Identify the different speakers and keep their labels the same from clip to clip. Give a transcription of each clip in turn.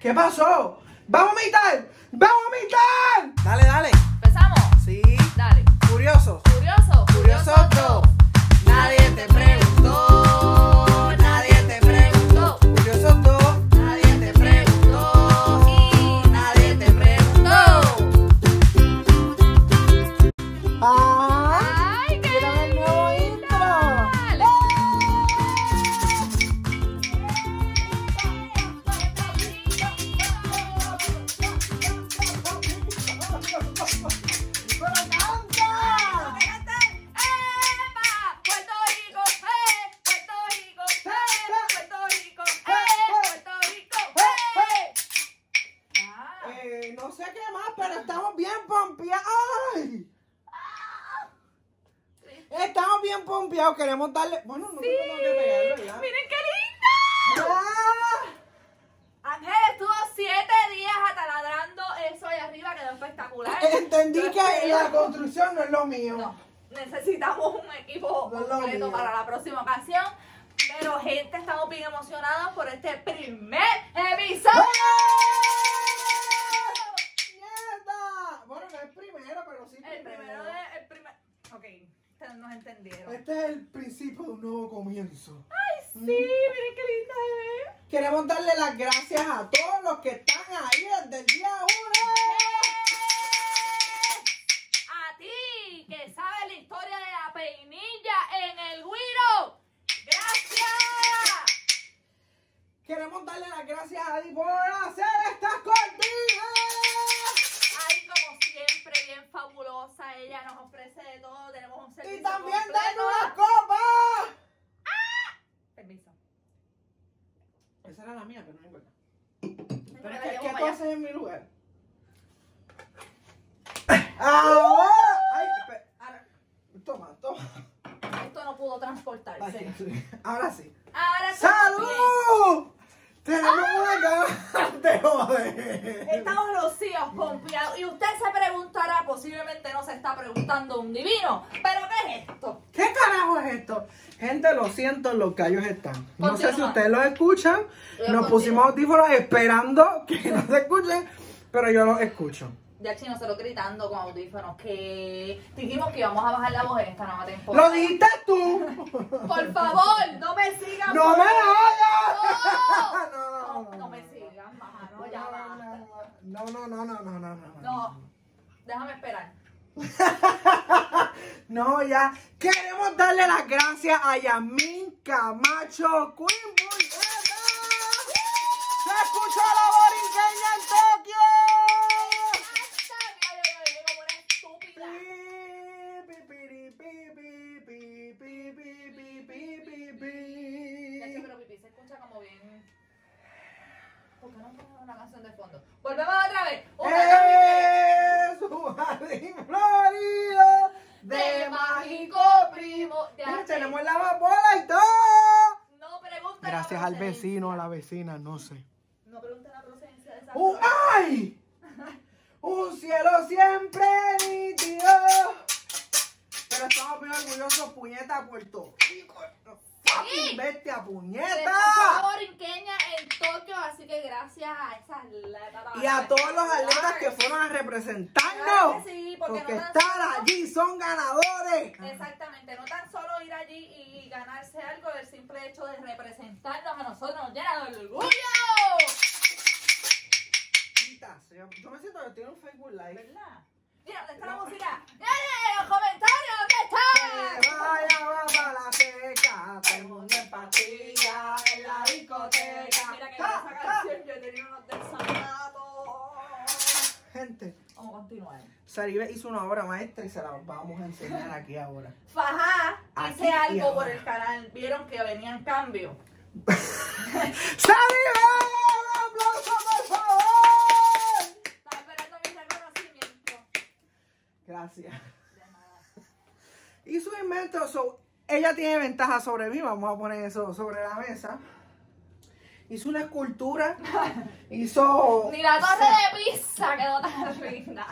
Speaker 1: ¿Qué pasó? ¡Vamos a vomitar! ¡Vamos a vomitar!
Speaker 2: Dale, dale.
Speaker 3: ¿Empezamos?
Speaker 2: Sí.
Speaker 3: Dale.
Speaker 2: Curioso.
Speaker 3: Curioso.
Speaker 2: Curioso todo.
Speaker 3: todo.
Speaker 2: Nadie te preguntó. Nadie te preguntó. Curioso todo. Nadie te preguntó.
Speaker 3: Y
Speaker 2: Nadie te preguntó.
Speaker 1: ¡Ah!
Speaker 3: ¡Ay, qué
Speaker 1: ¡Vieron el nuevo intro!
Speaker 3: tal! ¡Epa! ¡Puerto Rico! ¡Eh! ¡Puerto Rico! ¡Eh! ¡Puerto Rico! ¡Eh! ¡Puerto Rico! ¡Eh! Ah.
Speaker 1: Eh, no sé qué más, pero estamos bien pompeados. ¡Ay! Estamos bien pompeados, queremos darle. Bueno, no tengo que pegarlo ya.
Speaker 3: ¡Miren qué lindo!
Speaker 1: ¡Ah!
Speaker 3: Ángel estuvo siete días ataladrando eso ahí arriba, quedó espectacular.
Speaker 1: Entendí
Speaker 3: Yo
Speaker 1: que
Speaker 3: espero-
Speaker 1: la construcción no es lo mío.
Speaker 3: No, necesitamos un equipo
Speaker 1: No es lo
Speaker 3: completo
Speaker 1: mío.
Speaker 3: para la próxima ocasión. Pero gente, estamos bien emocionados por este primer episodio.
Speaker 1: ¡Mierda! Bueno, no es primero, pero sí
Speaker 3: El primero de... El primer... Ok, ustedes nos entendieron.
Speaker 1: Este es el principio de un nuevo comienzo.
Speaker 3: ¡Ay, sí! Miren qué linda se ve.
Speaker 1: Queremos darle las gracias a todos los que están ahí desde el día
Speaker 3: A ti, que sabes la historia de la peinilla en el guiro. ¡Gracias!
Speaker 1: 1. Queremos darle las gracias a Adi por hacer estas cortinas.
Speaker 3: Ay, como siempre, bien fabulosa. Ella nos ofrece de todo. Tenemos un servicio
Speaker 1: Y también
Speaker 3: completo.
Speaker 1: darnos las copas.
Speaker 3: Permiso.
Speaker 1: Esa era la mía, pero no importa.
Speaker 3: Me
Speaker 1: Pero
Speaker 3: la
Speaker 1: es que,
Speaker 3: llevo
Speaker 1: ¿qué
Speaker 3: para
Speaker 1: tú
Speaker 3: allá.
Speaker 1: haces en mi lugar? ¡Ahora! Ay, espe- ahora- Toma, toma.
Speaker 3: Esto no pudo transportarse.
Speaker 1: Ahora sí.
Speaker 3: Ahora estamos
Speaker 1: ¡Salud! Tenemos una
Speaker 3: Ah.
Speaker 1: cara de
Speaker 3: bien.
Speaker 1: joder.
Speaker 3: Estamos lucidos, confiados. Y usted se preguntará, posiblemente no se está preguntando un divino, pero ¿qué es esto?
Speaker 1: ¿Qué carajo es esto? Gente, lo siento, los callos están. No sé si
Speaker 3: Continúa.
Speaker 1: ustedes los escuchan.
Speaker 3: Yo
Speaker 1: Nos
Speaker 3: continúo.
Speaker 1: pusimos audífonos esperando que no se escuchen, pero yo los escucho.
Speaker 3: Ya chino se lo gritando con audífonos que dijimos que íamos a bajar la voz en esta nueva temporada.
Speaker 1: ¡Lo dijiste tú!
Speaker 3: Por favor, no me sigan.
Speaker 1: ¡No
Speaker 3: por
Speaker 1: me
Speaker 3: favor.
Speaker 1: jodas! No, no,
Speaker 3: No,
Speaker 1: no,
Speaker 3: no,
Speaker 1: no,
Speaker 3: me
Speaker 1: no.
Speaker 3: sigan, baja, no, ya basta.
Speaker 1: No, no, no, no, no, no, no.
Speaker 3: No, déjame esperar.
Speaker 1: No, ya. Queremos darle las gracias a Yamín Camacho Queen Bulleta. ¡Se escuchó la borinqueña en Tokio!
Speaker 3: Hasta que yo como una estúpida.
Speaker 1: Pi, pi, piri, pi, pi, pi, pi, pi, pi, pi, pi,
Speaker 3: Ya sé,
Speaker 1: pi.
Speaker 3: pero pipí se escucha como bien. ¿Por qué no ponemos una canción de fondo? Volvemos otra vez. Una
Speaker 1: ¡Eh! Es un jardín florido de mágico primo.
Speaker 3: de
Speaker 1: Mira,
Speaker 3: arte.
Speaker 1: Tenemos la vapola y todo.
Speaker 3: No pregunten. la
Speaker 1: Gracias al
Speaker 3: procedencia.
Speaker 1: vecino, a la ¡Uh! vecina, no sé.
Speaker 3: No pregunten la procedencia de esa.
Speaker 1: ¡Un ay! Un cielo siempre nítido. Pero estamos bien orgullosos, puñeta, Puerto Rico. ¡Fucking bestia,
Speaker 3: Se
Speaker 1: puñeta!
Speaker 3: escuchó borinqueña en Tokio, así que gracias a esas atletas.
Speaker 1: Y a todos los atletas que fueron a
Speaker 3: Claro
Speaker 1: representarnos.
Speaker 3: que sí, porque,
Speaker 1: Porque
Speaker 3: no tan
Speaker 1: estar
Speaker 3: solo-
Speaker 1: allí son ganadores.
Speaker 3: Exactamente, no tan solo ir allí y, y ganarse algo, el simple hecho de representarnos a nosotros nos llena de orgullo.
Speaker 1: Maldita sea, Yo me siento que estoy en un Facebook Live.
Speaker 3: ¿Verdad? Mira, ¿dónde está la música? ¡Eh! ¡Los comentarios!
Speaker 1: Que
Speaker 3: ¿Dónde está?
Speaker 1: Eh, vaya, va para la seca. Todo el mundo en pastilla en la discoteca. Ah,
Speaker 3: Mira que
Speaker 1: Ja,
Speaker 3: con esa
Speaker 1: ja.
Speaker 3: canción yo tenía unos desanatos.
Speaker 1: ah. Gente,
Speaker 3: Vamos a continuar.
Speaker 1: Saribe hizo una obra maestra y se la vamos a enseñar aquí ahora.
Speaker 3: Fajá,
Speaker 1: Aquí
Speaker 3: hice
Speaker 1: y
Speaker 3: algo por
Speaker 1: ahora.
Speaker 3: el canal. Vieron que venían cambios.
Speaker 1: ¡Saribe! ¡Un aplauso, por favor!
Speaker 3: Estaba esperando mi reconocimiento.
Speaker 1: Gracias.
Speaker 3: De nada.
Speaker 1: Hizo un invento. so- ella tiene ventaja sobre mí. Vamos a poner eso sobre la mesa. Hizo una escultura. Hizo.
Speaker 3: Ni la torre de pizza quedó tan linda.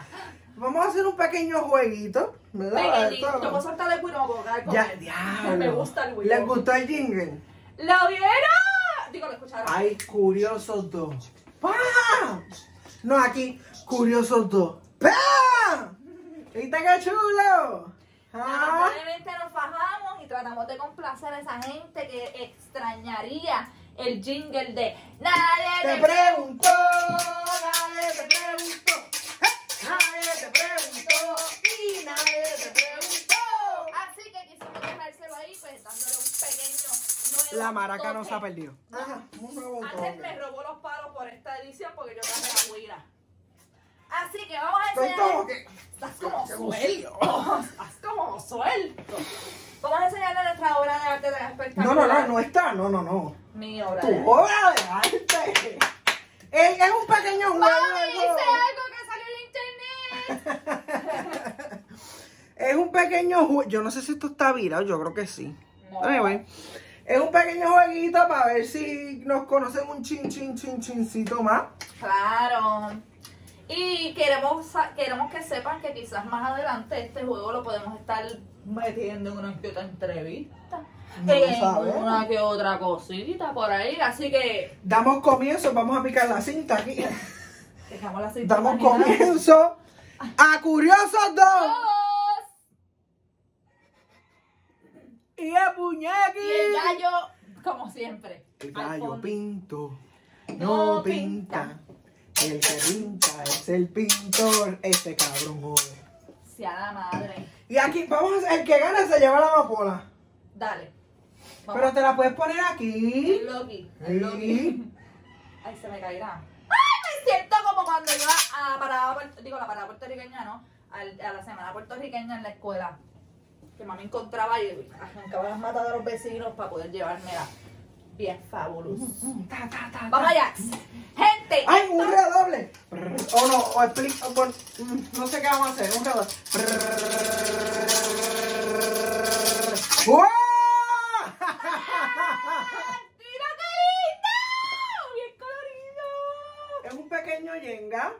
Speaker 1: Vamos a hacer un pequeño jueguito. ¿Verdad?
Speaker 3: Pequeñito, yo puedo soltar el cuero porque voy a con
Speaker 1: Ya,
Speaker 3: él.
Speaker 1: diablo.
Speaker 3: Me gusta
Speaker 1: ¿Les
Speaker 3: el cuero.
Speaker 1: gustó el jingle?
Speaker 3: ¿Lo vieron? Digo, lo escucharon.
Speaker 1: Hay curiosos dos. ¡Pah! ¡Pam! No, aquí, curiosos dos. ¡Pam! ¿Viste qué chulo? ¿Ah?
Speaker 3: Lamentablemente nos fajamos y tratamos de complacer a esa gente que extrañaría el jingle de Nadie
Speaker 1: Te
Speaker 3: te
Speaker 1: preguntó, nadie te preguntó. ¡Eh! Nadie te preguntó y nadie te preguntó.
Speaker 3: Así que quisimos dejárselo ahí, pues dándole un pequeño. nuevo
Speaker 4: La maraca no
Speaker 3: toque.
Speaker 4: se ha perdido.
Speaker 1: Ajá, un nuevo
Speaker 3: Ángel me
Speaker 1: toque.
Speaker 3: robó los palos por esta edición porque yo traje la guira. Así que vamos a
Speaker 1: Estoy
Speaker 3: enseñar.
Speaker 1: como que.
Speaker 3: Estás como
Speaker 1: como
Speaker 3: suelto. Estás como suelto. Vamos a enseñarle nuestra obra de arte de la
Speaker 1: No,
Speaker 3: espectacular.
Speaker 1: no, no, no está, no, no, no.
Speaker 3: Mi obra
Speaker 1: Tu
Speaker 3: de arte.
Speaker 1: obra de arte. Es, es un pequeño juego.
Speaker 3: ¡Mami, hice algo que salió en internet!
Speaker 1: Es un pequeño juego. Yo no sé si esto está virado, yo creo que sí.
Speaker 3: No.
Speaker 1: Anyway, es un pequeño jueguito para ver si nos conocen un chin, chin, chin, chincito más.
Speaker 3: Claro. Y queremos, sa- queremos que sepan que quizás más adelante este juego lo podemos estar metiendo en una que otra entrevista.
Speaker 1: No
Speaker 3: en
Speaker 1: sabemos.
Speaker 3: una que otra cosita por ahí. Así que
Speaker 1: Damos comienzo, vamos a picar la cinta aquí.
Speaker 3: dejamos la cita.
Speaker 1: Damos
Speaker 3: imaginada.
Speaker 1: comienzo
Speaker 3: Ah.
Speaker 1: a Curiosos
Speaker 3: Oh.
Speaker 1: Dos.
Speaker 3: Dos.
Speaker 1: Y a Puñequi.
Speaker 3: Y el gallo, como siempre.
Speaker 1: El
Speaker 3: al
Speaker 1: gallo
Speaker 3: fondo.
Speaker 1: pinto no
Speaker 3: No
Speaker 1: pinta.
Speaker 3: pinta.
Speaker 1: El que pinta es el pintor, este cabrón jode.
Speaker 3: Sea la madre.
Speaker 1: Y aquí, vamos, a- el que gana se lleva la amapola.
Speaker 3: Dale. Vamos.
Speaker 1: Pero te la puedes poner aquí.
Speaker 3: El Loki.
Speaker 1: Sí.
Speaker 3: El Loki. Ay, se me caerá. ¡Ay! Me siento como cuando iba a la parada, puer- digo, la parada puertorriqueña, ¿no? Al- a la semana puertorriqueña en la escuela. Que mami encontraba y arrancaba las matas de los vecinos para poder llevármela. Bien fabuloso.
Speaker 1: Mm, Ta, ta, ta, ta.
Speaker 3: Vamos allá. Gente.
Speaker 1: ¡Ay, un redoble! Brr, O no, o explica, o pon- mm, no sé qué vamos a hacer, un redoble. Brr. ¡Wow!
Speaker 3: ¡Mira qué lindo! Bien colorido.
Speaker 1: Es un pequeño yenga.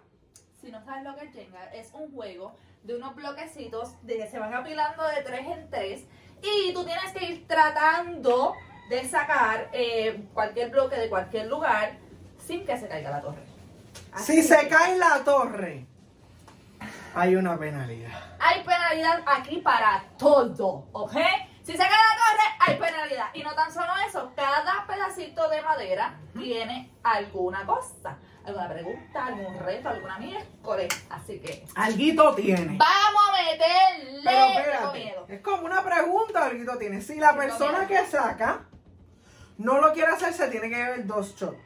Speaker 3: Si no sabes lo que es Jenga, es un juego de unos bloquecitos de que se van apilando de tres en tres y tú tienes que ir tratando de sacar eh, cualquier bloque de cualquier lugar sin que se caiga la torre. Así
Speaker 1: Si se
Speaker 3: que
Speaker 1: cae la torre, hay una penalidad.
Speaker 3: Hay penalidad aquí para todo, ¿ok? Si se cae la torre, hay penalidad. Y no tan solo eso, cada pedacito de madera tiene alguna cosa, alguna pregunta, algún reto, alguna miércoles. Así que
Speaker 1: Alguito tiene.
Speaker 3: Vamos a meterle.
Speaker 1: Pero
Speaker 3: Tengo
Speaker 1: espérate,
Speaker 3: miedo.
Speaker 1: es como una pregunta, alguito tiene. Si la
Speaker 3: Tengo
Speaker 1: persona
Speaker 3: miedo.
Speaker 1: que saca no lo quiere hacer, se tiene que beber dos shots.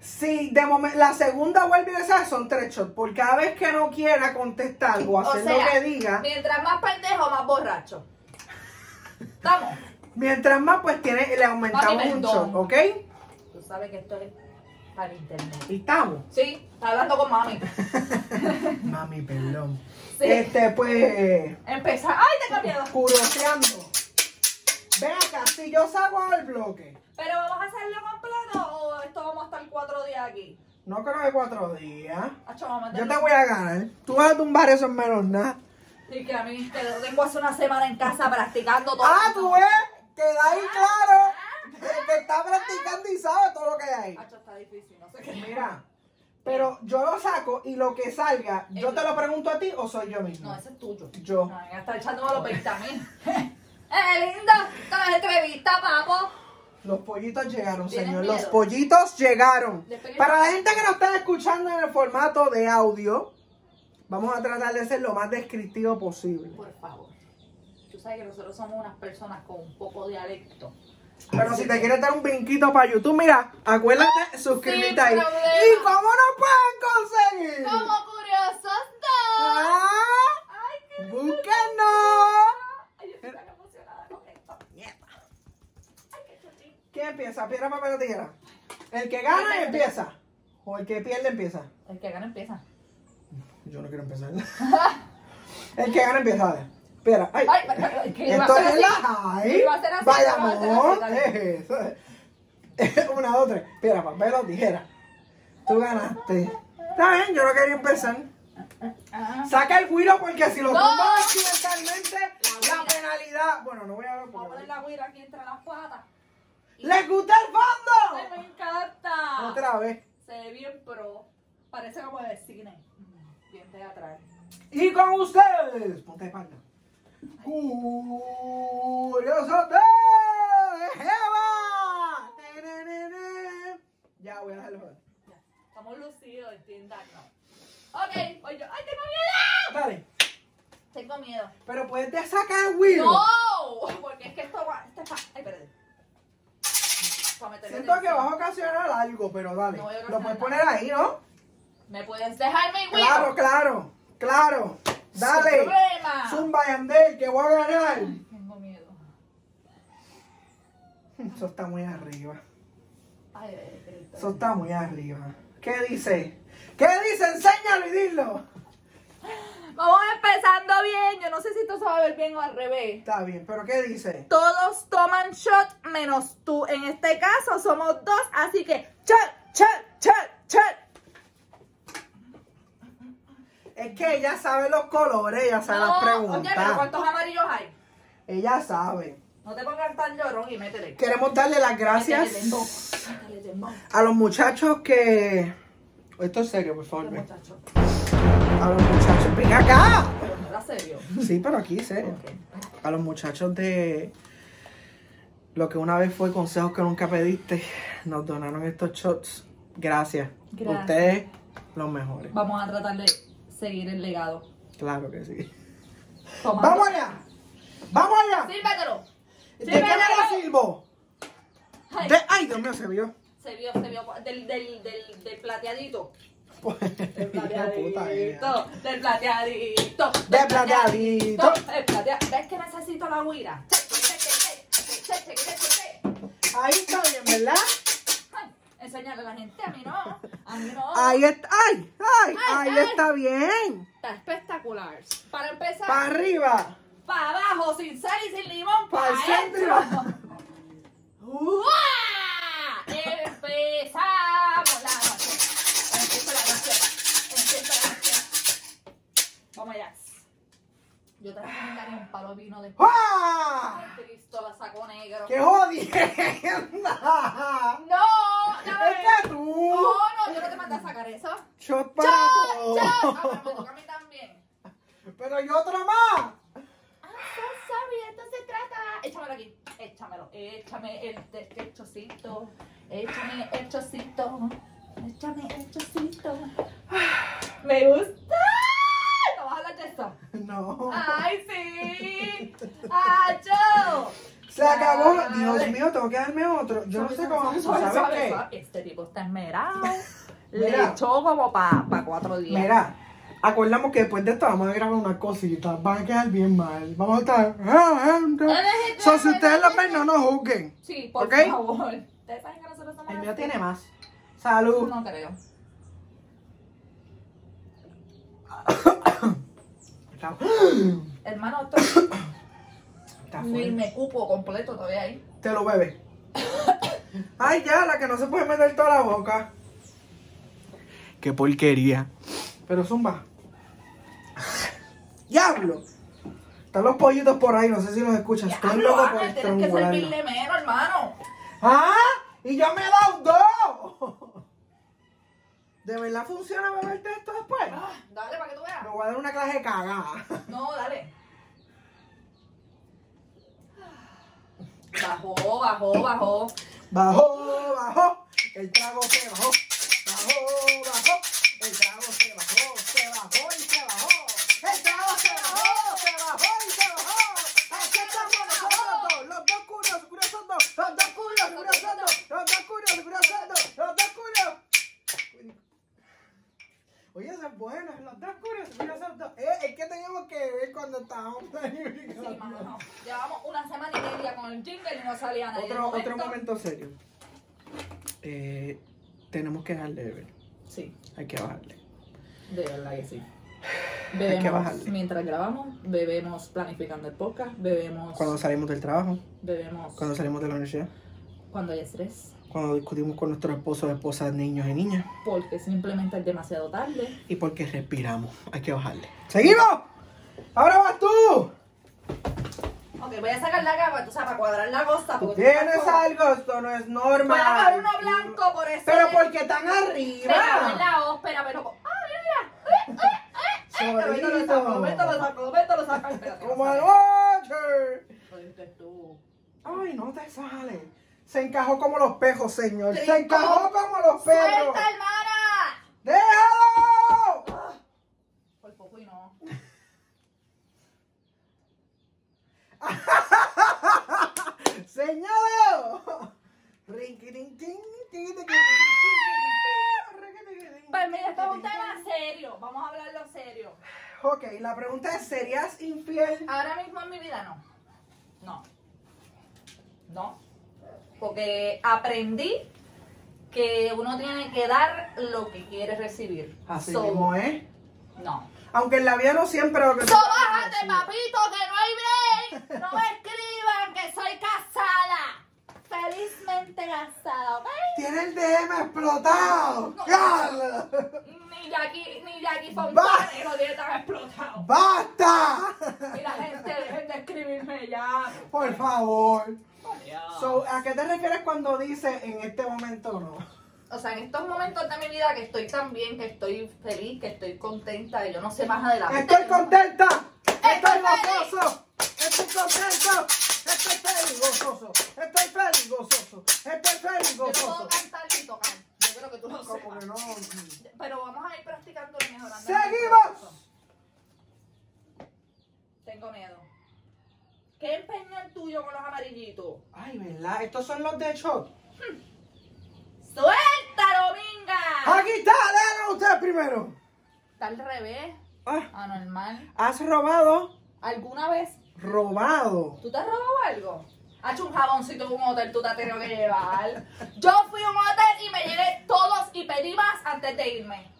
Speaker 1: Si de momento la segunda vuelve y le saca, son tres shots. Por cada vez que no quiera contestar o
Speaker 3: O
Speaker 1: hacer
Speaker 3: sea,
Speaker 1: lo que diga,
Speaker 3: mientras más pendejo, más borracho. Vamos.
Speaker 1: mientras más, pues tiene, le aumentamos
Speaker 3: Mami,
Speaker 1: un
Speaker 3: perdón.
Speaker 1: shot, ¿ok?
Speaker 3: Tú sabes que esto es para internet.
Speaker 1: Y estamos.
Speaker 3: Sí, está hablando con mami.
Speaker 1: Mami, perdón.
Speaker 3: Sí.
Speaker 1: Este, pues.
Speaker 3: Empieza. ¡Ay, tengo miedo!
Speaker 1: Curoseando. Ven acá, si yo saco el bloque,
Speaker 3: ¿Pero vamos a hacerlo completo o esto vamos a estar cuatro días aquí?
Speaker 1: no creo que cuatro días.
Speaker 3: Acho, vamos a
Speaker 1: Yo te
Speaker 3: meterle-
Speaker 1: voy a ganar. Tú vas a tumbar eso en menos nada.
Speaker 3: Y que a mí que lo tengo hace una semana en casa practicando todo.
Speaker 1: Ah, tú ves, queda
Speaker 3: Ah.
Speaker 1: ahí claro que- que está practicando y sabe todo lo que hay.
Speaker 3: Acho, está difícil, no sé qué.
Speaker 1: Mira, pero yo lo saco y lo que salga, ¿yo te lo pregunto a ti o soy yo mismo?
Speaker 3: No, ese es tuyo.
Speaker 1: Yo.
Speaker 3: No, venga, está echándome los 20 mil. ¡Eh, lindo! ¡Toma entrevista, papo!
Speaker 1: Los pollitos llegaron,
Speaker 3: ¿Tienes
Speaker 1: señor.
Speaker 3: miedo?
Speaker 1: Los pollitos llegaron.
Speaker 3: Después que-
Speaker 1: Para la gente que nos está escuchando en el formato de audio, vamos a tratar de ser lo más descriptivo posible.
Speaker 3: Por favor. Tú sabes que nosotros somos unas personas con un poco de dialecto.
Speaker 1: Pero si te quieres dar un brinquito para YouTube, mira, acuérdate, suscríbete ahí.
Speaker 3: problema.
Speaker 1: ¿Y cómo nos pueden conseguir?
Speaker 3: ¡Como curiosos dos!
Speaker 1: ¡Ah!
Speaker 3: ¡Ay, qué lindo!
Speaker 1: ¡Búsquenos!
Speaker 3: ¡Ay, yo estoy tan emocionada con esto! ¡Ay, qué chuchín!
Speaker 1: ¿Quién empieza? ¿Piedra, papel o tijera? El que gana empieza. O el que pierde empieza.
Speaker 3: El que gana empieza.
Speaker 1: Yo no quiero empezar. El que gana empieza, dale. Espera, ay.
Speaker 3: ¡Ay, pero, pero, ¿qué iba a
Speaker 1: Esto
Speaker 3: hacer
Speaker 1: es la
Speaker 3: así?
Speaker 1: high.
Speaker 3: Iba a ser así,
Speaker 1: Vaya
Speaker 3: iba a ser
Speaker 1: amor. Eh.
Speaker 3: así, dale.
Speaker 1: Eso es. Una, dos, tres. Piedra, papel o tijera. Tú ganaste. Está bien, yo no quería empezar.
Speaker 3: Ah.
Speaker 1: Saca el guiro porque si lo
Speaker 3: No.
Speaker 1: tumbas accidentalmente,
Speaker 3: La
Speaker 1: la penalidad. Bueno, no voy a hablar
Speaker 3: Vamos a
Speaker 1: porque.
Speaker 3: poner la guira aquí entre las patas.
Speaker 1: ¡Les gusta el
Speaker 3: ¡Ay,
Speaker 1: fondo!
Speaker 3: me encanta!
Speaker 1: Otra vez.
Speaker 3: Se se ve bien pro, parece como de cine, bien teatral.
Speaker 1: Y con ustedes, ponte de espalda. Curioso de Jeva. Tererere. Ya voy a dejarlo. joder.
Speaker 3: Ya, Estamos lucidos, estoy en dark now. Ok, hoy yo, ¡ay, tengo miedo!
Speaker 1: Dale.
Speaker 3: Tengo miedo.
Speaker 1: Pero puedes de sacar Will.
Speaker 3: ¡No! Porque es que esto va, esto es pa- ay, espérate. Pa' meterle
Speaker 1: Siento que
Speaker 3: tensión.
Speaker 1: vas a ocasionar algo, pero dale.
Speaker 3: No voy a
Speaker 1: Lo
Speaker 3: ocasionar
Speaker 1: puedes poner ahí, ¿no?
Speaker 3: ¿Me pueden dejar mi huevo?
Speaker 1: Claro, claro, claro. Dale.
Speaker 3: Sin problema.
Speaker 1: Zumba Yandel, que voy a ganar.
Speaker 3: Ay, Tengo miedo.
Speaker 1: Eso está muy arriba.
Speaker 3: Ay, ay, ay,
Speaker 1: Eso está muy arriba. ¿Qué dice? ¿Qué dice? Enséñalo y dilo.
Speaker 3: Vamos empezando bien. Yo no sé si esto se va a ver bien o al revés.
Speaker 1: Está bien, pero ¿qué dice?
Speaker 3: Todos toman shot menos tú. En este caso somos dos, así que shot, shot, shot, shot.
Speaker 1: Es que ella sabe los colores, ella sabe las
Speaker 3: No, oye, pero
Speaker 1: preguntas.
Speaker 3: ¿cuántos amarillos hay?
Speaker 1: Ella sabe.
Speaker 3: No te pongas tan llorón y métele.
Speaker 1: Queremos darle las
Speaker 3: Métele dembow,
Speaker 1: gracias
Speaker 3: métele dembow,
Speaker 1: a los muchachos que. Esto es serio, por favor. ven.
Speaker 3: Este muchacho.
Speaker 1: A los muchachos. ¡Ven acá!
Speaker 3: Pero no era serio.
Speaker 1: Sí, pero aquí, serio. A los muchachos de lo que una vez fue consejos que nunca pediste, nos donaron estos shots. Gracias.
Speaker 3: Gracias.
Speaker 1: Ustedes, los mejores.
Speaker 3: Vamos a tratar de seguir el legado.
Speaker 1: Claro que sí.
Speaker 3: Tomando.
Speaker 1: ¡Vamos allá! ¡Vamos allá!
Speaker 3: Sírvetelo.
Speaker 1: ¿De qué me lo sirvo?
Speaker 3: Ay,
Speaker 1: De- ¡Ay, Dios mío, se vio!
Speaker 3: Se vio, se vio. Del, del, del, del plateadito.
Speaker 1: Pues,
Speaker 3: Del
Speaker 1: puta idea.
Speaker 3: plateadito. Del plateadito.
Speaker 1: De plateadito.
Speaker 3: Del plateadito. ¿Ves que necesito la huira?
Speaker 1: Ahí está bien, ¿verdad?
Speaker 3: Ay, Enseñarle a la gente, a mí no. A mí no.
Speaker 1: Ahí está. ¡Ay! ¡Ay!
Speaker 3: Ay,
Speaker 1: ¡Ahí
Speaker 3: ay.
Speaker 1: está bien!
Speaker 3: Está espectacular. Para empezar,
Speaker 1: ¡Para
Speaker 3: para
Speaker 1: arriba!
Speaker 3: abajo, sin sal y sin limón,
Speaker 1: Para
Speaker 3: para
Speaker 1: el
Speaker 3: adentro.
Speaker 1: centro.
Speaker 3: ¡Uah! Empezamos la noche. Empieza la noche. Empieza la noche. Vamos allá. Yo te recomendaría un palo vino de
Speaker 1: ¡Ah!
Speaker 3: Ay, Este Cristo, la saco negro.
Speaker 1: ¡Qué jodienda!
Speaker 3: No, no,
Speaker 1: Es que tú.
Speaker 3: no, no, yo no te mandé a sacar eso.
Speaker 1: Shot
Speaker 3: ¡Chao!
Speaker 1: para
Speaker 3: ¡Chao! Ah, pero me
Speaker 1: todos.
Speaker 3: toca a mí también.
Speaker 1: Pero yo otra más.
Speaker 3: Ah, so sorry, de esto se trata. Échamelo aquí. Échamelo. Échame el, de- el chocito. Échame el chocito. Échame el chocito. Me gusta. ¿No vas a hablar de esto?
Speaker 1: No.
Speaker 3: ¡Ay, sí! ¡Acho!
Speaker 1: Se
Speaker 3: Ah.
Speaker 1: acabó.
Speaker 3: Ay.
Speaker 1: Dios mío, tengo que darme otro. Yo no sé cómo vamos a
Speaker 3: Suave,
Speaker 1: ¿Sabes
Speaker 3: suave.
Speaker 1: qué?
Speaker 3: Este tipo está esmerado. Le
Speaker 1: Mira.
Speaker 3: echó como para cuatro días.
Speaker 1: Mira, acordamos que después de esto vamos a grabar una cosita. Van a quedar bien mal. Vamos a estar. Ah, ah, ah. So, si ustedes lo ven, no nos juzguen.
Speaker 3: Sí, por
Speaker 1: ¿Ok?
Speaker 3: favor. ¿Ustedes saben que nosotros somos
Speaker 1: El
Speaker 3: así?
Speaker 1: mío tiene más. Salud.
Speaker 3: No creo.
Speaker 1: Está,
Speaker 3: Hermano, esto
Speaker 1: está
Speaker 3: ni
Speaker 1: fuerte.
Speaker 3: me cupo completo todavía ahí.
Speaker 1: Te lo bebes. Ay, ya, la que no se puede meter toda la boca. Qué porquería. Pero zumba. ¡Diablo! Están los pollitos por ahí, no sé si los escuchas. Estoy
Speaker 3: Diablo,
Speaker 1: loco por
Speaker 3: Ángel, tienes que
Speaker 1: estrangularlo.
Speaker 3: servirle menos, hermano.
Speaker 1: ¡Ah! ¡Y yo me he dado dos! ¿De verdad funciona beberte esto después?
Speaker 3: Ah, dale, para que tú veas.
Speaker 1: Me voy a dar una clase de cagada.
Speaker 3: No, dale. Bajó, bajó, bajó.
Speaker 1: Bajó, bajó, el trago se bajó. Bajó, bajó, el trago se bajó, se bajó y se bajó. El trago se bajó, se bajó y se bajó. Aquí estamos nosotros, los dos curiosos, curiosos dos, los dos curiosos, curiosos dos, los dos curiosos, curiosos dos, los dos curiosos. Oye, eso es bueno, los dos curiosos, curiosos dos. Eh, es que teníamos que ver cuando estábamos
Speaker 3: Sí, mano. Llevamos una semana y media con el jingle y no salía nadie.
Speaker 1: otro,
Speaker 3: De
Speaker 1: otro momento serio. Eh, tenemos que dejarle de beber.
Speaker 3: Sí,
Speaker 1: Hay que bajarle.
Speaker 3: de verdad que sí.
Speaker 1: que
Speaker 3: Bebemos
Speaker 1: bajarle.
Speaker 3: mientras grabamos, bebemos planificando el podcast, bebemos,
Speaker 1: Cuando salimos del trabajo,
Speaker 3: bebemos
Speaker 1: cuando salimos de la universidad,
Speaker 3: cuando hay estrés,
Speaker 1: cuando discutimos con nuestros esposos, esposas, niños y niñas.
Speaker 3: porque simplemente es demasiado tarde.
Speaker 1: Y porque respiramos. Hay que bajarle. ¡Seguimos! ¡Ahora vas tú!
Speaker 3: Ok, voy a sacar la capa, tú sabes, para cuadrar la cosa.
Speaker 1: Tú
Speaker 3: porque
Speaker 1: tienes
Speaker 3: estás como-
Speaker 1: algo, esto no es
Speaker 3: Voy a coger
Speaker 1: normal.
Speaker 3: uno blanco por eso.
Speaker 1: Pero
Speaker 3: de-
Speaker 1: ¿por qué tan
Speaker 3: Me cago en
Speaker 1: arriba?
Speaker 3: la ópera, pero. ¡Ah, mira, mira! ¡Eh, eh, eh! eh! Momento lo
Speaker 1: Solito.
Speaker 3: saco, momento lo saco, momento lo saco. Espérate,
Speaker 1: Como
Speaker 3: no
Speaker 1: el
Speaker 3: sale.
Speaker 1: Watcher.
Speaker 3: Lo dijiste tú.
Speaker 1: Ay, no te sale. Se encajó como los pejos, señor.
Speaker 3: Sí,
Speaker 1: Se encajó
Speaker 3: ¿cómo?
Speaker 1: como los pejos.
Speaker 3: ¡Suelta, hermana!
Speaker 1: ¡Déjalo!
Speaker 3: Por poco y no.
Speaker 1: ¡Señalo!
Speaker 3: Pues mira, esto es un tema serio. Vamos a hablarlo serio.
Speaker 1: Ok, la pregunta es, ¿serías infiel?
Speaker 3: Ahora mismo en mi vida no. No. No. Porque aprendí que uno tiene que dar lo que quiere recibir.
Speaker 1: Así
Speaker 3: So,
Speaker 1: mismo, ¿eh?
Speaker 3: No.
Speaker 1: Aunque en la vida no siempre lo que...
Speaker 3: So, bájate, papito, que no hay break. No me escriban que soy casada. Felizmente casada, ¿ok?
Speaker 1: ¡Tiene el DM explotado!
Speaker 3: No.
Speaker 1: ¡Carla!
Speaker 3: Ni Jackie, ni Jackie
Speaker 1: Va.
Speaker 3: Fontana lo tiene tan explotado.
Speaker 1: ¡Basta!
Speaker 3: Y la gente, dejen de escribirme ya.
Speaker 1: Por favor.
Speaker 3: Adiós.
Speaker 1: So, ¿A qué te refieres cuando dices en este momento no?
Speaker 3: O sea, en estos momentos de mi vida que estoy tan bien, que estoy feliz, que estoy contenta, que yo no sé más adelante.
Speaker 1: ¡Estoy contenta! ¡Estoy
Speaker 3: Ah. Estoy
Speaker 1: gozoso! ¡Estoy contento! ¡Estoy feliz, gozoso! ¡Estoy feliz, gozoso! ¡Estoy feliz,
Speaker 3: Yo no
Speaker 1: gozoso!
Speaker 3: puedo cantar ni tocar. Yo creo que tú lo
Speaker 1: Como
Speaker 3: sepas.
Speaker 1: que no.
Speaker 3: Pero vamos a ir practicando y mejorando.
Speaker 1: ¡Seguimos!
Speaker 3: Tengo miedo. ¿Qué empeño el tuyo con los amarillitos?
Speaker 1: Ay, ¿verdad? Estos son los de shot.
Speaker 3: ¡Suéltalo, minga!
Speaker 1: Aquí está, déjalo usted primero.
Speaker 3: Está al revés,
Speaker 1: Ah,
Speaker 3: anormal.
Speaker 1: has robado,
Speaker 3: ¿Alguna vez
Speaker 1: robado.
Speaker 3: ¿Tú te has robado algo? Has hecho un jaboncito de un hotel, tú te has tenido que llevar. Yo fui a un hotel y me llevé todos y pedí más antes de irme.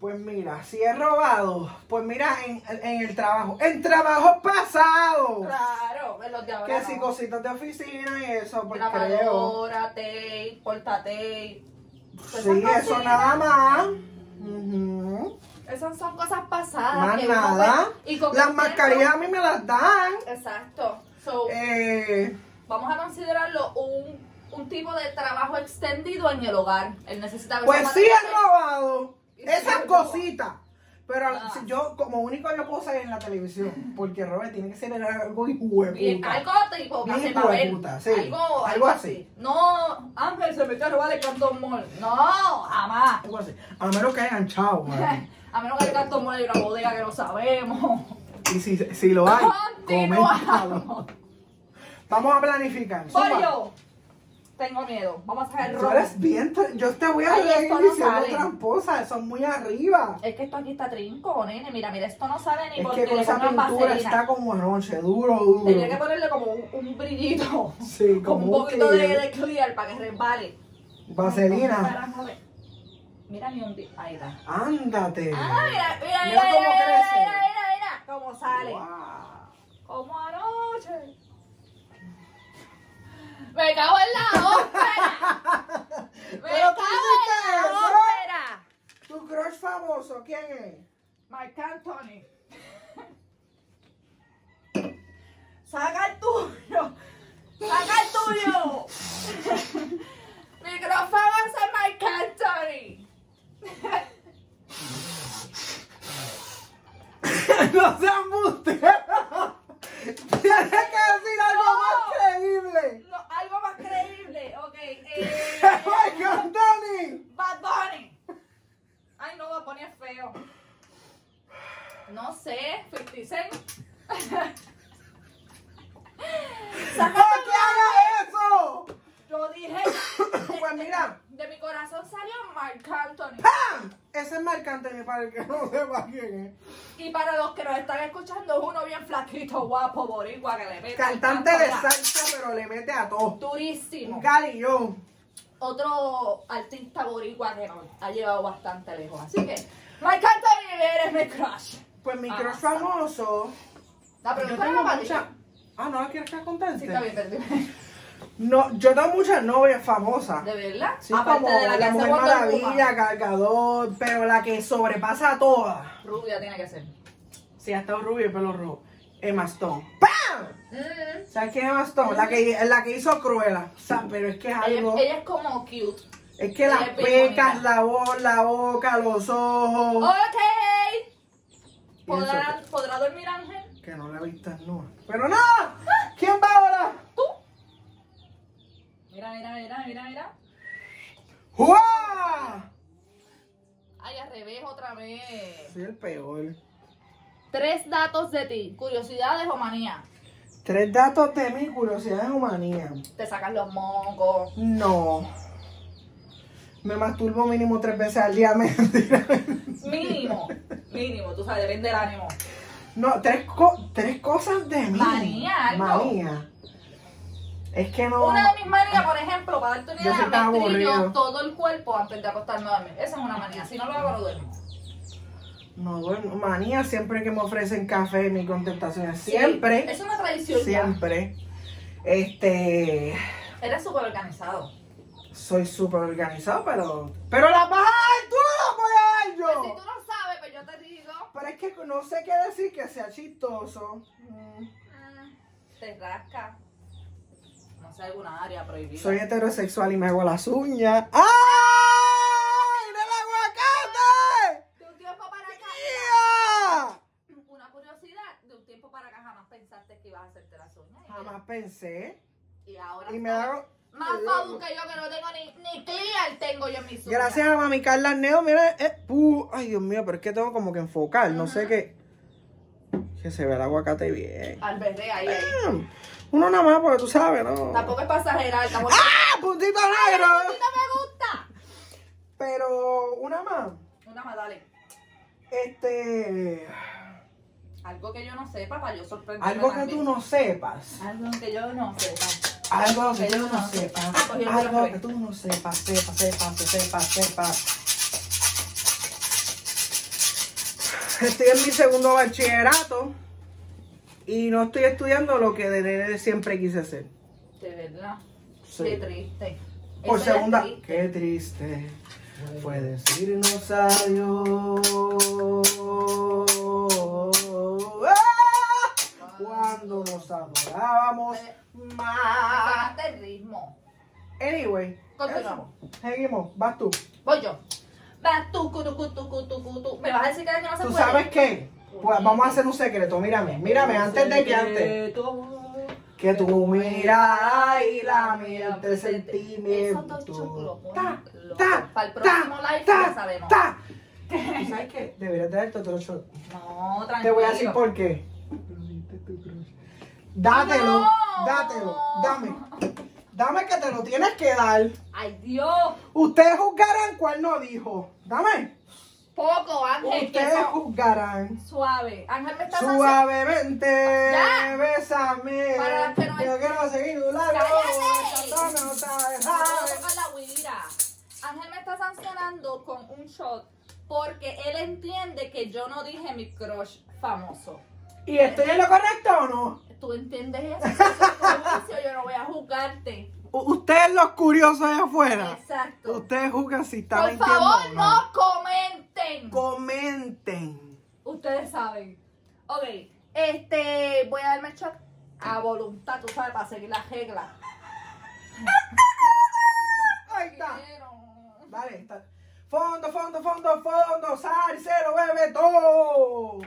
Speaker 1: Pues mira, si he robado, pues mira, en, en el trabajo, en trabajo pasado.
Speaker 3: Claro, en los de ahora.
Speaker 1: Que
Speaker 3: no.
Speaker 1: si cositas de oficina y eso, pues creo.
Speaker 3: Grabadora, tape, portatate. Pues
Speaker 1: Sí,
Speaker 3: esas
Speaker 1: eso
Speaker 3: cositas.
Speaker 1: nada más. Ujú.
Speaker 3: Esas son cosas pasadas.
Speaker 1: Más
Speaker 3: Ah, que uno
Speaker 1: nada.
Speaker 3: puede- y con
Speaker 1: Las
Speaker 3: el
Speaker 1: mascarillas a mí me las dan.
Speaker 3: tiempo- Exacto. So,
Speaker 1: Eh,
Speaker 3: vamos a considerarlo un, un tipo de trabajo extendido en el hogar. Él necesita ver
Speaker 1: Pues
Speaker 3: esa
Speaker 1: sí he
Speaker 3: materia.
Speaker 1: robado
Speaker 3: Y sí
Speaker 1: esas
Speaker 3: he robado.
Speaker 1: cositas. Pero
Speaker 3: Ah.
Speaker 1: si yo, como único, yo puedo salir en la televisión. Porque Robert tiene que ser algo hueputa.
Speaker 3: Algo tipo
Speaker 1: Bien
Speaker 3: que se
Speaker 1: hijo de
Speaker 3: va a ver.
Speaker 1: puta, sí.
Speaker 3: Algo,
Speaker 1: Algo
Speaker 3: algo
Speaker 1: así.
Speaker 3: así. No, Ángel se metió a robar el Cantón Mall. No, jamás.
Speaker 1: Algo así. A menos que hayan chao, man.
Speaker 3: A menos que el Cantón Mall haya una bodega que no sabemos.
Speaker 1: Y si, si lo hay, coméntalo.
Speaker 3: Continuamos.
Speaker 1: Vamos a planificar. Zumba.
Speaker 3: Pollo, tengo miedo. Vamos a sacar
Speaker 1: Tú
Speaker 3: robo.
Speaker 1: eres bien. tra- Yo te voy a
Speaker 3: Ay,
Speaker 1: leer
Speaker 3: esto no
Speaker 1: diciendo
Speaker 3: sale.
Speaker 1: tramposa. Son muy arriba.
Speaker 3: Es que esto aquí está trinco, nene. Mira, mira, esto no sale ni
Speaker 1: Es
Speaker 3: porque
Speaker 1: que con
Speaker 3: le
Speaker 1: esa
Speaker 3: pongan
Speaker 1: pintura
Speaker 3: vaselina.
Speaker 1: está como anoche. Duro, duro.
Speaker 3: Tenía que ponerle como un, un brillito.
Speaker 1: Sí,
Speaker 3: Con
Speaker 1: como
Speaker 3: un
Speaker 1: un
Speaker 3: poquito de,
Speaker 1: clear.
Speaker 3: de clear para que resbale.
Speaker 1: Vaselina.
Speaker 3: Mira, ni un... di- Ahí está.
Speaker 1: Ándate.
Speaker 3: Ah, mira, mira,
Speaker 1: Mira
Speaker 3: mira,
Speaker 1: cómo
Speaker 3: mira, mira,
Speaker 1: crece.
Speaker 3: mira, mira, mira, cómo sale.
Speaker 1: Guau.
Speaker 3: Como anoche. Me cago en la ópera. Me
Speaker 1: Pero tú
Speaker 3: cago
Speaker 1: hiciste
Speaker 3: en la
Speaker 1: eso.
Speaker 3: ópera.
Speaker 1: Tu crush famoso, ¿quién es?
Speaker 3: Marc Anthony. Saca el tuyo. Saca el tuyo. Micrófono es Marc Anthony.
Speaker 1: ¡No sean busteros! Tienes que decir algo más creíble.
Speaker 3: No, algo más creíble. Ok. Eh,
Speaker 1: ¡Ay, Anthony!
Speaker 3: Bad Bunny. Ay, no, Bad Bunny es feo. No sé, 50 Cent.
Speaker 1: ¡No que haga eso!
Speaker 3: Yo dije.
Speaker 1: Pues mira. ¡Ah!
Speaker 3: De mi corazón salió Mark Anthony.
Speaker 1: ¡Pam! Ese es Marc Anthony, para el que no sepa quién
Speaker 3: Y para los que nos están escuchando, es uno bien flaquito, guapo, boricua, que le mete.
Speaker 1: es.
Speaker 3: el
Speaker 1: Cantante
Speaker 3: canto
Speaker 1: de
Speaker 3: allá.
Speaker 1: salsa, pero le mete a todo. Un
Speaker 3: Durísimo.
Speaker 1: galillón.
Speaker 3: Otro artista boricua que nos ha llevado bastante lejos. Así que, Mark Anthony, eres mi crush.
Speaker 1: Pues mi
Speaker 3: Ah,
Speaker 1: crush
Speaker 3: está.
Speaker 1: famoso.
Speaker 3: La
Speaker 1: Yo
Speaker 3: pregunta
Speaker 1: tengo
Speaker 3: era para ti.
Speaker 1: mucha. Ah, no, ¿quieres que la conteste?
Speaker 3: Sí, está bien, perdí.
Speaker 1: No, yo tengo muchas novias famosas.
Speaker 3: ¿De verdad?
Speaker 1: Sí, como la,
Speaker 3: que hace
Speaker 1: Mujer
Speaker 3: Wonder
Speaker 1: Maravilla,
Speaker 3: Woman.
Speaker 1: Cargador, pero la que sobrepasa a todas.
Speaker 3: Rubia tiene que ser. Mm.
Speaker 1: Sí, ha estado rubio y pelo rojo. Emma Stone. ¡Pam!
Speaker 3: Mm.
Speaker 1: ¿Sabes quién es Emma Stone? La que, la que hizo Cruella. O sea, pero es que es algo...
Speaker 3: Ella, ella es como cute.
Speaker 1: Es que
Speaker 3: ella
Speaker 1: las
Speaker 3: es bien
Speaker 1: pecas,
Speaker 3: bonita.
Speaker 1: la voz, la boca, los
Speaker 3: Oh,
Speaker 1: ojos...
Speaker 3: Ok.
Speaker 1: Pienso
Speaker 3: ¿Podrá, ¿Podrá dormir Ángel?
Speaker 1: Que no la vistas no. ¡Pero no! ¿Quién va ahora?
Speaker 3: ¿Tú? Mira, mira, mira, mira, mira.
Speaker 1: ¡Jua!
Speaker 3: Ay, al revés otra vez.
Speaker 1: Soy el peor.
Speaker 3: Tres datos de ti. Curiosidades o manía.
Speaker 1: Tres datos de mi curiosidad o manía.
Speaker 3: Te sacas los mocos.
Speaker 1: No. Me masturbo mínimo tres veces al día. mentira.
Speaker 3: Mínimo. Mínimo. Tú sabes, depende del ánimo.
Speaker 1: No, tres, co- tres cosas de mí.
Speaker 3: Manía, algo.
Speaker 1: Manía. Es que no.
Speaker 3: Una de mis manías, por ejemplo, para darte una
Speaker 1: Yo soy
Speaker 3: idea,
Speaker 1: tan
Speaker 3: me trillo
Speaker 1: aburrido.
Speaker 3: todo el cuerpo antes de acostarme a dormir. Esa es una manía. Si no lo hago, no duermo.
Speaker 1: No duermo. Manía siempre que me ofrecen café, mi contestación es
Speaker 3: Sí,
Speaker 1: siempre.
Speaker 3: es una tradición. ya.
Speaker 1: siempre. Este.
Speaker 3: Eres súper organizado.
Speaker 1: Soy súper organizado, pero. ¡Pero las vas a dar tú! ¡Las voy a dar
Speaker 3: Pues si
Speaker 1: yo!
Speaker 3: tú no sabes, pues yo te digo.
Speaker 1: Pero es que no sé qué decir que sea chistoso.
Speaker 3: ah, Te rasca. No sé, alguna área prohibida.
Speaker 1: Soy heterosexual y me hago las uñas. ¡Ay! ¡Del aguacate!
Speaker 3: De un tiempo para acá.
Speaker 1: ¡Ya!
Speaker 3: Una curiosidad, de un tiempo para acá jamás pensaste que ibas a hacerte las uñas.
Speaker 1: Jamás pensé.
Speaker 3: Y ahora.
Speaker 1: Y me
Speaker 3: sabes.
Speaker 1: hago.
Speaker 3: Más fadu que yo que no tengo ni, ni clear tengo yo en mis uñas.
Speaker 1: Gracias a mami Carla Neo, mira. eh, pu- ay, Dios mío, pero es que tengo como que enfocar. No sé qué. Que se ve el aguacate bien.
Speaker 3: Al verde ahí, ahí.
Speaker 1: Mm, Uno nada más, porque tú sabes, ¿no?
Speaker 3: Tampoco es pasajera, estamos.
Speaker 1: ¡Ah! ¡Puntito negro!
Speaker 3: no me
Speaker 1: Pero una más.
Speaker 3: gusta! Una más, dale.
Speaker 1: Este.
Speaker 3: Algo que yo no sepa para yo sorprenderme.
Speaker 1: Algo que
Speaker 3: también.
Speaker 1: tú no sepas.
Speaker 3: Algo que yo no sepa.
Speaker 1: Algo que tú no sepas.
Speaker 3: Ah, pues yo
Speaker 1: Algo
Speaker 3: creo
Speaker 1: que
Speaker 3: que-
Speaker 1: tú no sepas, sepas, sepas, sepas, sepas. Estoy en mi segundo bachillerato y no estoy estudiando lo que de nene siempre quise hacer.
Speaker 3: De verdad.
Speaker 1: Sí.
Speaker 3: Qué triste.
Speaker 1: Por
Speaker 3: Eso ya es
Speaker 1: segunda.
Speaker 3: triste.
Speaker 1: Qué triste fue decirnos adiós. ¡Ah! Cuando nos adorábamos
Speaker 3: Eh, Me
Speaker 1: más.
Speaker 3: sacaste el ritmo.
Speaker 1: Anyway,
Speaker 3: Continuamos.
Speaker 1: eso. Seguimos, vas tú.
Speaker 3: Voy yo. Vas tú, cutu, cutu, cutu, cutu. ¿Me vas a decir que no se
Speaker 1: ¿Tú
Speaker 3: puede?
Speaker 1: sabes qué? Pues vamos a hacer un secreto, mírame, mírame, antes de que antes. Que tu mirada y la mía de
Speaker 3: Esos dos
Speaker 1: sentimiento.
Speaker 3: chulos,
Speaker 1: Ta,
Speaker 3: bueno,
Speaker 1: ta,
Speaker 3: para el
Speaker 1: ta,
Speaker 3: próximo live
Speaker 1: ta,
Speaker 3: ya sabemos.
Speaker 1: ta. ¿Tú ¿Sabes qué? Deberías traerte otro shot.
Speaker 3: No, tranquilo.
Speaker 1: Te voy a decir por qué. Dátelo,
Speaker 3: No.
Speaker 1: dátelo, dame. Dame que te lo tienes que dar.
Speaker 3: Ay, Dios.
Speaker 1: Ustedes juzgarán cuál no dijo. Dame.
Speaker 3: Poco, Ángel. que
Speaker 1: Ustedes
Speaker 3: eso-
Speaker 1: juzgarán.
Speaker 3: Suave. Ángel me está
Speaker 1: Suavemente,
Speaker 3: Ya.
Speaker 1: bésame.
Speaker 3: Para las que no hay-
Speaker 1: Yo quiero seguir tu lado.
Speaker 3: ¡Cállate!
Speaker 1: Esta no sabe, sabe.
Speaker 3: a la huira. Ángel me está sancionando con un shot porque él entiende que yo no dije mi crush famoso.
Speaker 1: ¿Y estoy en lo correcto o no?
Speaker 3: ¿Tú entiendes eso? Eso es juicio, yo no voy a juzgarte.
Speaker 1: U- Ustedes los curiosos allá afuera.
Speaker 3: Exacto.
Speaker 1: Ustedes juzgan si está
Speaker 3: Por
Speaker 1: mintiendo
Speaker 3: favor,
Speaker 1: o
Speaker 3: no comenten.
Speaker 1: Comenten.
Speaker 3: Ustedes saben. Ok, este, voy a darme el shot a voluntad, tú sabes, para seguir las reglas.
Speaker 1: Ahí está.
Speaker 3: Quiero.
Speaker 1: Dale, está. Fondo, fondo, fondo, fondo. Sal, cero, bebe todo.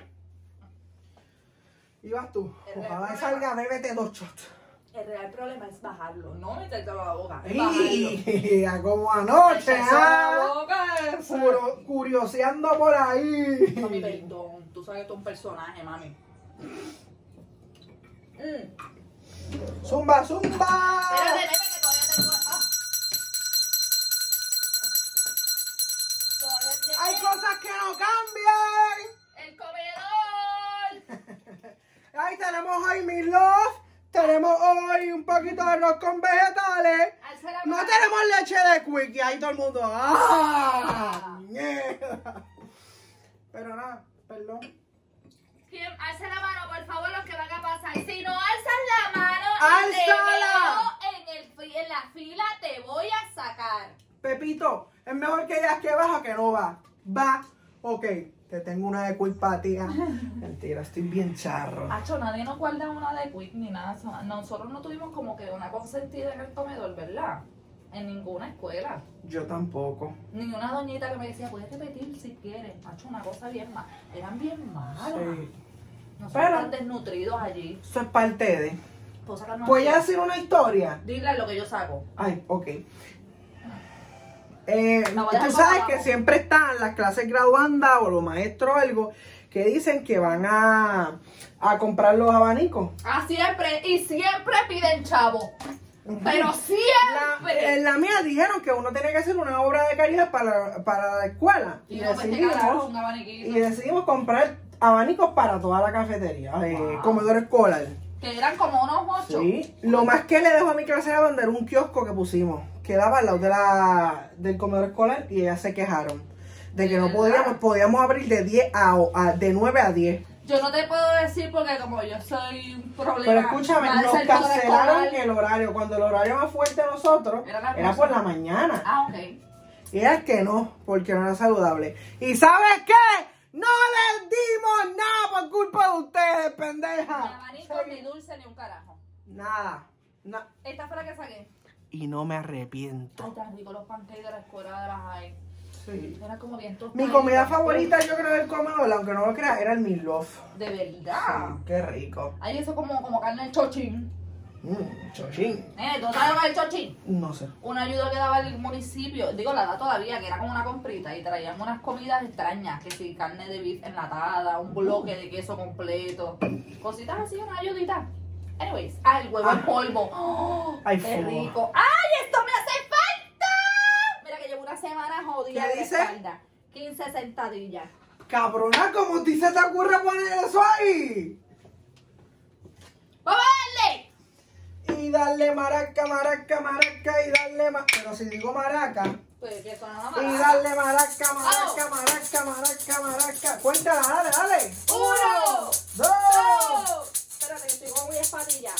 Speaker 1: Y vas tú. Ojalá salga, bébete dos shots.
Speaker 3: El real problema es bajarlo, no meterte la boca. Es bajarlo.
Speaker 1: Y como anoche,
Speaker 3: Meterse
Speaker 1: ¿ah?
Speaker 3: la boca es-
Speaker 1: Curo- curioseando por
Speaker 3: Mami,
Speaker 1: ahí.
Speaker 3: perdón, tú sabes que tú eres un personaje, mami. Mm.
Speaker 1: Zumba, zumba.
Speaker 3: Espérate, espérate, que todavía tengo. ah. Todavía tengo-
Speaker 1: Hay cosas que no cambian.
Speaker 3: ¡El comedor!
Speaker 1: Ahí tenemos hoy mi love. Tenemos hoy un poquito de arroz con vegetales.
Speaker 3: Alza la
Speaker 1: No
Speaker 3: mano.
Speaker 1: tenemos leche de quick y ahí todo el mundo. ¡Ah! mierda! Pero nada, perdón.
Speaker 3: ¿Quién? Alza la mano, por favor, los que van a pasar. Si no alzas la mano, y te
Speaker 1: ¡Álzala!
Speaker 3: veo en, el, fi- en la fila te voy a sacar.
Speaker 1: Pepito, es mejor que digas que vas a que no va. Va, ok. Te tengo una de culpa a ti. ah. Mentira, estoy bien charro.
Speaker 3: Hacho, nadie nos guarda una de quick ni nada. de eso. Nosotros no tuvimos como que una consentida en el comedor, ¿verdad? En ninguna escuela.
Speaker 1: Yo tampoco.
Speaker 3: Ni una doñita que me decía, puedes repetir si quieres. Hacho, una cosa bien mala. Eran bien malas.
Speaker 1: Sí.
Speaker 3: Nosotros
Speaker 1: Pero-
Speaker 3: eran desnutridos allí.
Speaker 1: Eso es parte de.
Speaker 3: Puedo sacarnos
Speaker 1: ¿Voy a
Speaker 3: aquí.
Speaker 1: decir una historia?
Speaker 3: Dile lo que yo saco.
Speaker 1: Ay, ok. Eh,
Speaker 3: La voy a dejar
Speaker 1: tú sabes
Speaker 3: para
Speaker 1: que
Speaker 3: abajo.
Speaker 1: siempre están las clases graduandas o los maestros o algo que dicen que van a, a comprar los abanicos.
Speaker 3: Ah, siempre. Y siempre piden chavo. Pero
Speaker 1: La-
Speaker 3: siempre.
Speaker 1: en la mía dijeron que uno tenía que hacer una obra de caridad para, para la escuela.
Speaker 3: Y yo pues te cagaron un abaniquito.
Speaker 1: y decidimos comprar abanicos para toda la cafetería, eh,
Speaker 3: Wow.
Speaker 1: comedor escolar.
Speaker 3: Que eran como unos ocho.
Speaker 1: Sí. Lo más que le dejó a mi clase era vender un kiosco que pusimos. Quedaba al lado de la, del comedor escolar y ellas se quejaron. De que no
Speaker 3: ¿De
Speaker 1: podíamos,
Speaker 3: verdad?
Speaker 1: podíamos abrir de 10 a, a- de 9 a 10.
Speaker 3: Yo no te puedo decir porque como yo soy un problema.
Speaker 1: Pero escúchame,
Speaker 3: mal
Speaker 1: nos
Speaker 3: ser todo
Speaker 1: cancelaron
Speaker 3: escolar.
Speaker 1: el horario. Cuando el horario más fuerte de nosotros
Speaker 3: Era la
Speaker 1: era
Speaker 3: cosa.
Speaker 1: por la mañana.
Speaker 3: Ah, ok.
Speaker 1: Y es que no, porque no era saludable. ¿Y sabes qué? No les dimos nada por culpa de ustedes,
Speaker 3: Ni
Speaker 1: pendeja.
Speaker 3: abanico, ni dulce, ni un carajo.
Speaker 1: Nada. na-
Speaker 3: Esta fue la que saqué.
Speaker 1: y no me arrepiento.
Speaker 3: Ay, tan rico los pancakes de la escuela de las high.
Speaker 1: Sí.
Speaker 3: Era como bien tostado.
Speaker 1: Mi comida favorita, yo creo, del comedor, aunque no lo creas, era el meat loaf.
Speaker 3: De verdad.
Speaker 1: Sí, qué rico.
Speaker 3: Ay, eso como, como carne del chochín.
Speaker 1: Mmm, chochín.
Speaker 3: Eh, ¿tú sabes lo que es el chochín?
Speaker 1: No sé.
Speaker 3: Una ayuda que daba el municipio, digo, la da todavía, que era como una comprita y traían unas comidas extrañas, que si carne de beef enlatada, un bloque de queso completo, cositas así, una ayudita. Anyways, ah, el huevo en
Speaker 1: Ah.
Speaker 3: polvo. ¡Oh,
Speaker 1: Ay,
Speaker 3: ¡Qué
Speaker 1: fumo.
Speaker 3: rico! ¡Ay, esto me hace falta! Mira que llevo una semana jodida
Speaker 1: ¿Qué
Speaker 3: de la
Speaker 1: dice?
Speaker 3: espalda. 15 sentadillas.
Speaker 1: Cabrona, ¿cómo a ti se te ocurre poner eso ahí?
Speaker 3: ¡Vamos a darle!
Speaker 1: Y darle maraca, maraca, maraca, y darle ma... Pero si digo maraca,
Speaker 3: Pues que eso nada más.
Speaker 1: Y dale maraca, maraca, maraca, maraca, maraca. Cuéntala, dale, dale.
Speaker 3: Uno,
Speaker 1: dos.
Speaker 3: ¡Dos! Espérate, que estoy como muy espadilla.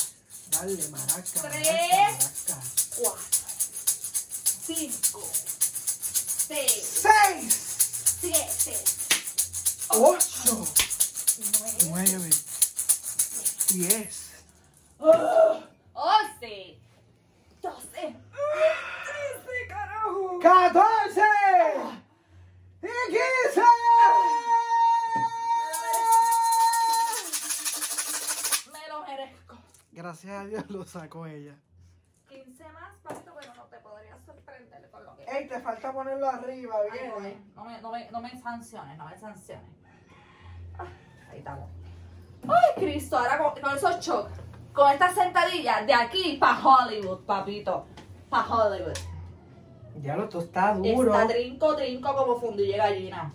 Speaker 1: Dale maraca,
Speaker 3: Tres.
Speaker 1: maraca, maraca.
Speaker 3: Cuatro, cinco, seis.
Speaker 1: Seis,
Speaker 3: siete,
Speaker 1: ocho,
Speaker 3: nueve,
Speaker 1: nueve, diez.
Speaker 3: once, doce, trece, carajo.
Speaker 1: ¡Catorce! ¡Y quince!
Speaker 3: Me lo merezco.
Speaker 1: Gracias a Dios lo sacó ella.
Speaker 3: 15 más, Paquito, pero no te podría sorprender con lo que...
Speaker 1: Ey, te falta ponerlo arriba,
Speaker 3: Ay, no,
Speaker 1: bien.
Speaker 3: me- no, me, no, me, no me sanciones, no me sanciones. Ah, ahí estamos. Ay, Cristo, ahora con, con esos shocks, con estas sentadillas de aquí para Hollywood, papito. Para Hollywood.
Speaker 1: Ya lo está
Speaker 3: Está trinco, trinco como fundillo de gallina.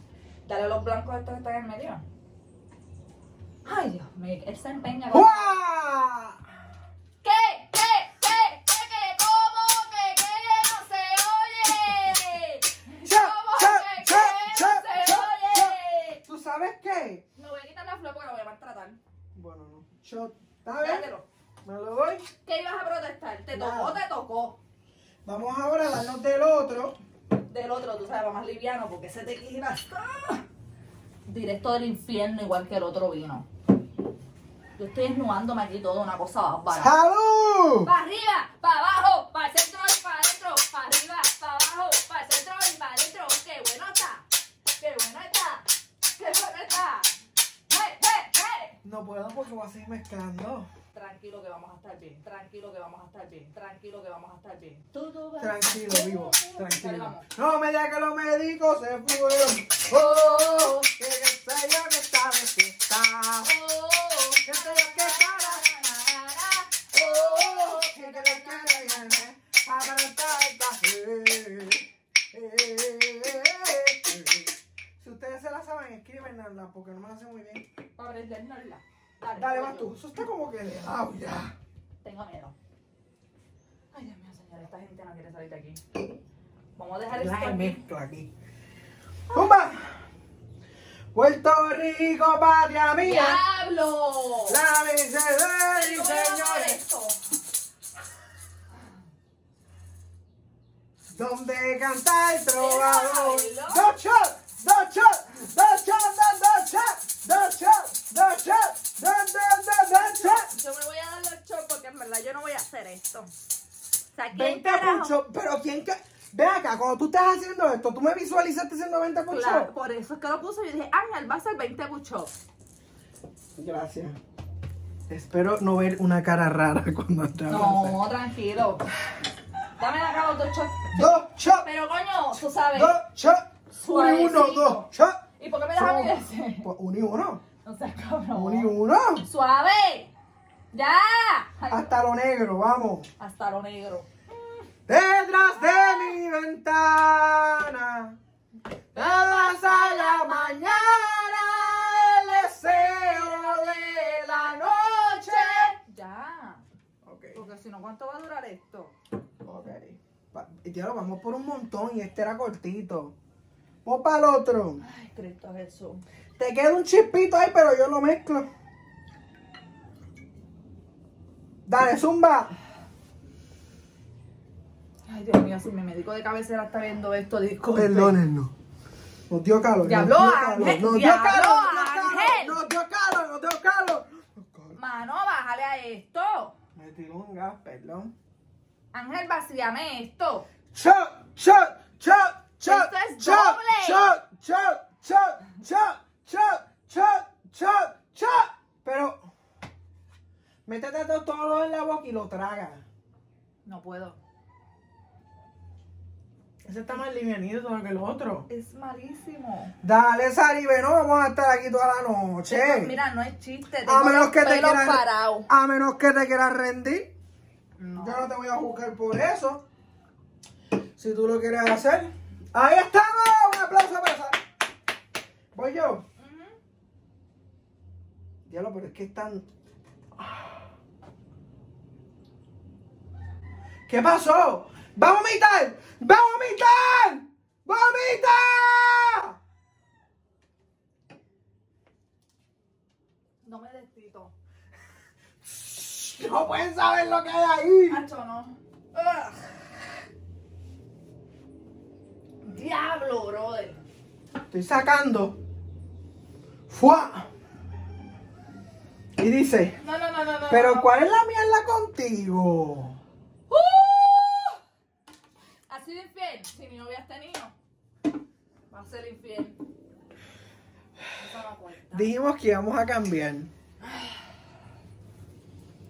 Speaker 3: Dale a los blancos estos que están en el medio. Ay, Dios mío, él se empeña con...
Speaker 1: ¡Oh! ¡Guau!
Speaker 3: ¿Qué? ¿Qué? ¿Qué? ¿Qué? ¿Qué? ¿Cómo? ¿Qué? ¿Qué? ¡No se oye! ¿Cómo? ¿Qué? ¿Qué? ¡No se oye!
Speaker 1: ¿Tú sabes qué?
Speaker 3: Me voy a quitar la flor porque la voy a maltratar.
Speaker 1: Bueno, no. Yo, ¿está bien?
Speaker 3: Déjatelo.
Speaker 1: Me lo doy.
Speaker 3: ¿Qué ibas a protestar? ¿Te
Speaker 1: Nada.
Speaker 3: tocó? ¿Te tocó?
Speaker 1: Vamos ahora a darnos del otro.
Speaker 3: Del otro, tú sabes, va más liviano porque ese te quita. ¡Ah! Directo del infierno igual que el otro vino. Yo estoy esnudándome aquí todo, una cosa bárbara.
Speaker 1: ¡Salud!
Speaker 3: Para arriba, para abajo, para el centro y para adentro, para arriba, para abajo, para el centro y para adentro. ¡Qué bueno está! ¡Qué bueno está! ¡Qué bueno está! ¡Hey, hey, hey!
Speaker 1: No puedo porque voy a seguir mezclando.
Speaker 3: Tranquilo que vamos a estar bien, tranquilo que vamos a estar bien, tranquilo que vamos a estar bien. Todo va a
Speaker 1: Tranquilo,
Speaker 3: estar
Speaker 1: vivo.
Speaker 3: bien. Dale,
Speaker 1: Tranquilo.
Speaker 3: vamos.
Speaker 1: No me digas que los médicos se fueron. Oh, que sé yo que está de fiesta.
Speaker 3: Oh,
Speaker 1: Que sé yo que cara. Oh, que sé yo que cara. Para Si ustedes se la saben, escríbenla porque no me la sé muy bien.
Speaker 3: Para aprendernosla.
Speaker 1: Dale, vas
Speaker 3: coño.
Speaker 1: tú. Eso está como que de ya.
Speaker 3: Tengo miedo. Ay, Dios mío, señor, esta gente no quiere salir de aquí. Vamos a dejar esto
Speaker 1: La
Speaker 3: aquí.
Speaker 1: mezcla aquí. ¡Pumba! Puerto Rico, patria mía.
Speaker 3: ¡Diablo!
Speaker 1: La vencedora y
Speaker 3: Tengo que bajar
Speaker 1: señores.
Speaker 3: esto.
Speaker 1: Donde canta el trovador.
Speaker 3: Déjalo.
Speaker 1: Dos shots, dos shots, dos shots,
Speaker 3: pizza. ¿Quién
Speaker 1: 20
Speaker 3: carajo?
Speaker 1: puchos, pero quién que. Ve acá, cuando tú estás haciendo esto, tú me visualizaste haciendo 20 puchos.
Speaker 3: Claro, por eso es que lo puse. Yo dije, Ángel, va a ser 20 puchos.
Speaker 1: Gracias. Espero no ver una cara rara cuando te
Speaker 3: No, tranquilo. Dame la cara otro shot.
Speaker 1: Dos, shot,
Speaker 3: Pero coño, tú sabes.
Speaker 1: dos, shot. Uno, y
Speaker 3: Suavecito.
Speaker 1: uno, dos, shot.
Speaker 3: ¿Y por qué me das a mí ese?
Speaker 1: Pues uno y uno.
Speaker 3: No seas cabrón.
Speaker 1: Uno y uno.
Speaker 3: ¡Suave! ¡Ya! Ay,
Speaker 1: Hasta lo negro, vamos.
Speaker 3: hasta lo negro.
Speaker 1: Detrás de mi ventana, todas a la mañana, el deseo de la noche.
Speaker 3: Ya.
Speaker 1: Ok,
Speaker 3: Porque si no, ¿cuánto va a durar esto?
Speaker 1: ok. Pa- Ya lo vamos por un montón y este era cortito. Vos para el otro.
Speaker 3: Ay, Cristo Jesús.
Speaker 1: Te queda un chispito ahí, pero yo lo mezclo. Dale, zumba.
Speaker 3: Ay, Dios mío, si mi médico de cabecera está viendo esto, disculpe.
Speaker 1: Perdónennos. Nos dio calor.
Speaker 3: Diablo,
Speaker 1: nos dio calor,
Speaker 3: Ángel,
Speaker 1: Nos dio
Speaker 3: diablo,
Speaker 1: calor.
Speaker 3: Ángel.
Speaker 1: Nos dio calor. Nos dio calor. Nos dio calor.
Speaker 3: Mano, bájale a esto.
Speaker 1: Me tiró un gas, perdón.
Speaker 3: Ángel, vacíame esto.
Speaker 1: Chop, chop, chop, chop.
Speaker 3: Esto es
Speaker 1: chop,
Speaker 3: doble.
Speaker 1: Chop, chop, chop, chop, chop, chop, chop, chop. Pero métete to- todo en la boca y lo traga.
Speaker 3: No puedo.
Speaker 1: Ese está más livianito que el otro.
Speaker 3: Es malísimo.
Speaker 1: Dale, Sari, ven, no vamos a estar aquí toda la noche.
Speaker 3: Pues, Mira, no es chiste.
Speaker 1: a menos que te
Speaker 3: quieran
Speaker 1: quieras a menos que te quieras rendir
Speaker 3: No.
Speaker 1: yo no te voy a juzgar por eso si tú lo quieres hacer ahí estamos un aplauso para Sara voy yo diablo pero es que están ¿qué pasó? ¡va a vomitar! ¡va a vomitar! ¡vomita!
Speaker 3: No me destito.
Speaker 1: no pueden saber lo que hay ahí
Speaker 3: Hacho, no. Ugh. Diablo, brother.
Speaker 1: Estoy sacando. ¡Fua! Y dice,
Speaker 3: No, no, no, no, no.
Speaker 1: pero
Speaker 3: no.
Speaker 1: ¿cuál es la mierda contigo?
Speaker 3: ¿Has sido infiel? Si mi novia has tenido, va a ser infiel. Eso no cuenta.
Speaker 1: Dijimos que íbamos a cambiar.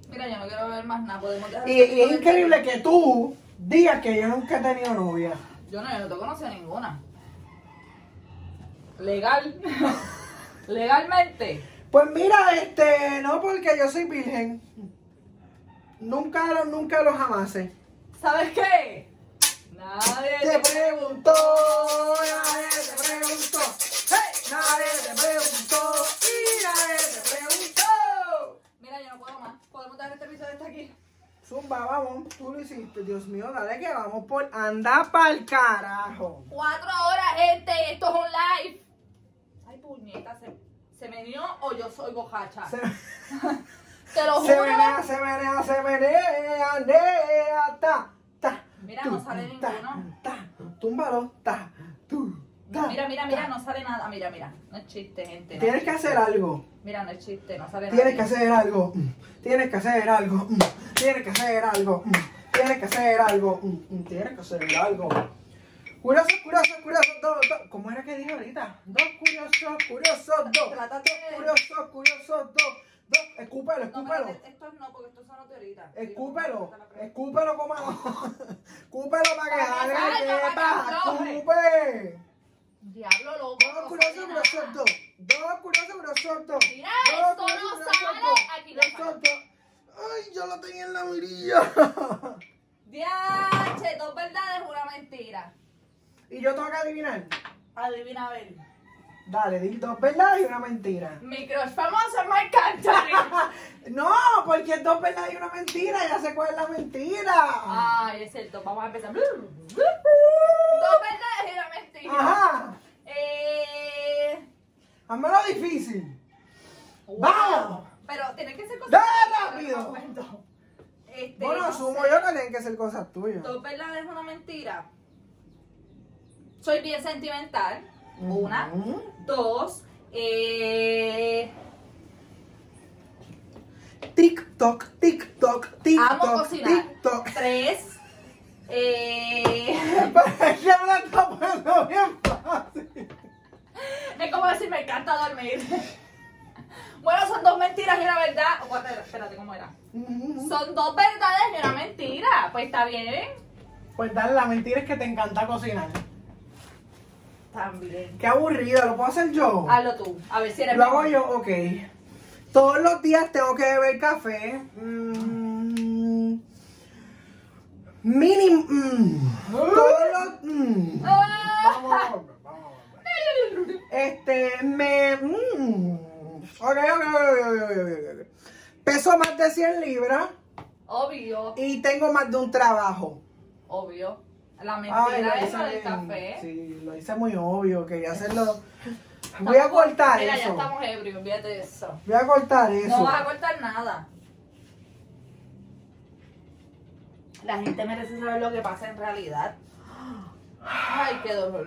Speaker 3: Mira, yo no quiero ver más nada. Podemos dejar
Speaker 1: Y, y es increíble que tú digas que yo nunca he tenido novia.
Speaker 3: Yo no, yo no te conocía ninguna. Legal. Legalmente.
Speaker 1: Pues mira, este, no porque yo soy virgen. Nunca lo, nunca lo jamás. Te
Speaker 3: ¿Sabes qué? Nadie
Speaker 1: preguntó, nadie te preguntó. ¡Hey! Nadie te preguntó y nadie te preguntó.
Speaker 3: Mira, yo no puedo más. Podemos dejar este episodio hasta aquí.
Speaker 1: Zumba, vamos, tú lo hiciste, Dios mío, dale que vamos por anda pa'l carajo.
Speaker 3: Cuatro horas, gente. Esto es un live. Ay, puñeta. Se, se me dio o yo soy bojacha.
Speaker 1: Se,
Speaker 3: Te lo
Speaker 1: se
Speaker 3: juro.
Speaker 1: menea, se menea, se menea, nea, ta, ta.
Speaker 3: Mira,
Speaker 1: tu,
Speaker 3: no sale
Speaker 1: ta,
Speaker 3: ninguno.
Speaker 1: Ta, túmbalo, ta, tú, ta.
Speaker 3: Mira, mira, mira, no sale nada. Mira, mira. No es chiste, gente. no es
Speaker 1: Tienes que
Speaker 3: chiste.
Speaker 1: hacer algo,
Speaker 3: Mira, no es chiste, no sale
Speaker 1: tienes que
Speaker 3: nada.
Speaker 1: hacer algo, mm, tienes que hacer algo, mm, tienes que hacer algo, mm, tienes que hacer algo, mm, mm, tienes que hacer algo. Curioso, curioso, curioso, dos, dos. ¿Cómo era que dije ahorita? Dos curiosos, curiosos, dos.
Speaker 3: Trátate de-
Speaker 1: Curiosos, curiosos, dos. Dos, escúpelo,
Speaker 3: No, pero
Speaker 1: escúpelo.
Speaker 3: este- estos no, porque estos son los de ahorita.
Speaker 1: Escúpelo, escúpelo como Escúpelo para que
Speaker 3: Para que
Speaker 1: salga
Speaker 3: salga,
Speaker 1: que
Speaker 3: para que
Speaker 1: pa,
Speaker 3: afloje.
Speaker 1: escupe.
Speaker 3: Diablo loco.
Speaker 1: Dos
Speaker 3: no
Speaker 1: curiosos,
Speaker 3: sale nada.
Speaker 1: curiosos, dos. Dos curiosos, curiosos, dos.
Speaker 3: Mira,
Speaker 1: Dos
Speaker 3: esto no
Speaker 1: curiosos,
Speaker 3: sale.
Speaker 1: curiosos, dos.
Speaker 3: Aquí lo
Speaker 1: Curiosos,
Speaker 3: saco.
Speaker 1: dos. Ay, yo lo tenía en la mirilla.
Speaker 3: Diache, dos verdades, una mentira.
Speaker 1: y yo tengo que adivinar.
Speaker 3: Adivina a ver.
Speaker 1: Dale, di dos verdades y una mentira.
Speaker 3: Mi crush famoso es Marc Anthony.
Speaker 1: No, porque es dos verdades y una mentira. Ya sé cuál es la mentira.
Speaker 3: Ay, es cierto. Vamos a empezar. Dos verdades y una mentira.
Speaker 1: Ajá.
Speaker 3: Eh.
Speaker 1: Hazmelo difícil.
Speaker 3: wow.
Speaker 1: Vamos.
Speaker 3: Pero tiene que ser cosas.
Speaker 1: Dale
Speaker 3: que no
Speaker 1: rápido.
Speaker 3: cuento. Este,
Speaker 1: Bueno,
Speaker 3: no
Speaker 1: asumo
Speaker 3: sé.
Speaker 1: yo que tienen que ser cosas tuyas.
Speaker 3: Dos verdades, una mentira. Soy bien sentimental. Una.
Speaker 1: Ujú.
Speaker 3: Dos. Eh,
Speaker 1: Tic toc, tic toc, tic
Speaker 3: amo
Speaker 1: toc,
Speaker 3: cocinar.
Speaker 1: tic toc.
Speaker 3: Tres. Eh,
Speaker 1: Pero es que me la está poniendo bien fácil.
Speaker 3: es como decir, me encanta dormir. bueno, son dos mentiras y una verdad. Guarda, espérate, ¿cómo era?
Speaker 1: Mm-hmm.
Speaker 3: Son dos verdades y una mentira. Pues está bien.
Speaker 1: Pues dale, la mentira es que te encanta cocinar.
Speaker 3: También.
Speaker 1: Qué aburrido, ¿lo puedo hacer yo?
Speaker 3: Hazlo tú. A ver si eres
Speaker 1: Lo hago
Speaker 3: mejor.
Speaker 1: yo, ok. Todos los días tengo que beber café. Mm. Mínimo. mm. Todos los. mm.
Speaker 3: Ah,
Speaker 1: Este, me. mm. Ok, ok, ok, ok, ok, ok. Peso más de 100 libras
Speaker 3: Obvio,
Speaker 1: y tengo más de un trabajo.
Speaker 3: obvio. La
Speaker 1: Ay,
Speaker 3: mentira
Speaker 1: lo
Speaker 3: esa
Speaker 1: hice
Speaker 3: del
Speaker 1: bien.
Speaker 3: café.
Speaker 1: Sí, lo hice muy obvio, quería hacerlo. Voy a cortar
Speaker 3: Mira, ya
Speaker 1: eso.
Speaker 3: estamos ebrios, olvídate de eso.
Speaker 1: Voy a cortar
Speaker 3: No
Speaker 1: eso.
Speaker 3: vas a cortar nada. La gente merece saber lo que pasa en realidad. Ay, qué dolor.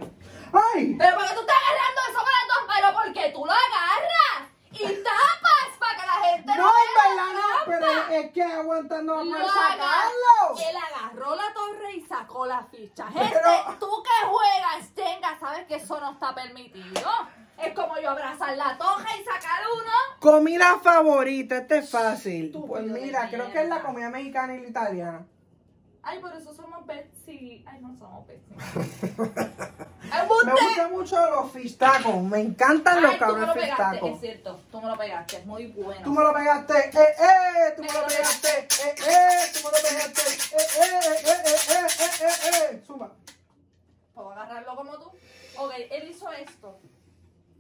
Speaker 1: ¡Ay!
Speaker 3: Pero porque tú estás agarrando eso para tu pero porque tú lo agarras y tapas para que la gente
Speaker 1: No,
Speaker 3: no,
Speaker 1: en
Speaker 3: vea Ah,
Speaker 1: verdad
Speaker 3: la
Speaker 1: no, pero
Speaker 3: trampa.
Speaker 1: es que aguantando no puedo
Speaker 3: Lo
Speaker 1: sacarlo.
Speaker 3: aga- Él agarró la torre y sacó la ficha. Gente,
Speaker 1: Pero-
Speaker 3: tú que juegas, tenga, sabes que eso no está permitido. Es como yo abrazar la torre y sacar uno.
Speaker 1: Comida favorita, este es fácil.
Speaker 3: Estúpido
Speaker 1: Pues
Speaker 3: de
Speaker 1: mira, creo que es la
Speaker 3: mierda.
Speaker 1: comida mexicana y la italiana.
Speaker 3: Ay, por eso somos Betsy. Ay, no somos Betsy.
Speaker 1: Me
Speaker 3: ¡Embuste!
Speaker 1: gustan mucho los fish tacos, me encantan los
Speaker 3: Ay, tú me
Speaker 1: cabros
Speaker 3: lo
Speaker 1: fish
Speaker 3: pegaste, es
Speaker 1: tacos.
Speaker 3: cierto. Tú me lo pegaste, es muy bueno.
Speaker 1: Tú me lo pegaste, eh, eh, tú me
Speaker 3: Me
Speaker 1: lo
Speaker 3: lo
Speaker 1: pegaste, eh, eh, tú me lo pegaste, eh, eh, eh, eh, eh, eh, eh, eh, suma.
Speaker 3: ¿Puedo Pues agarrarlo como tú? Ok, él hizo esto.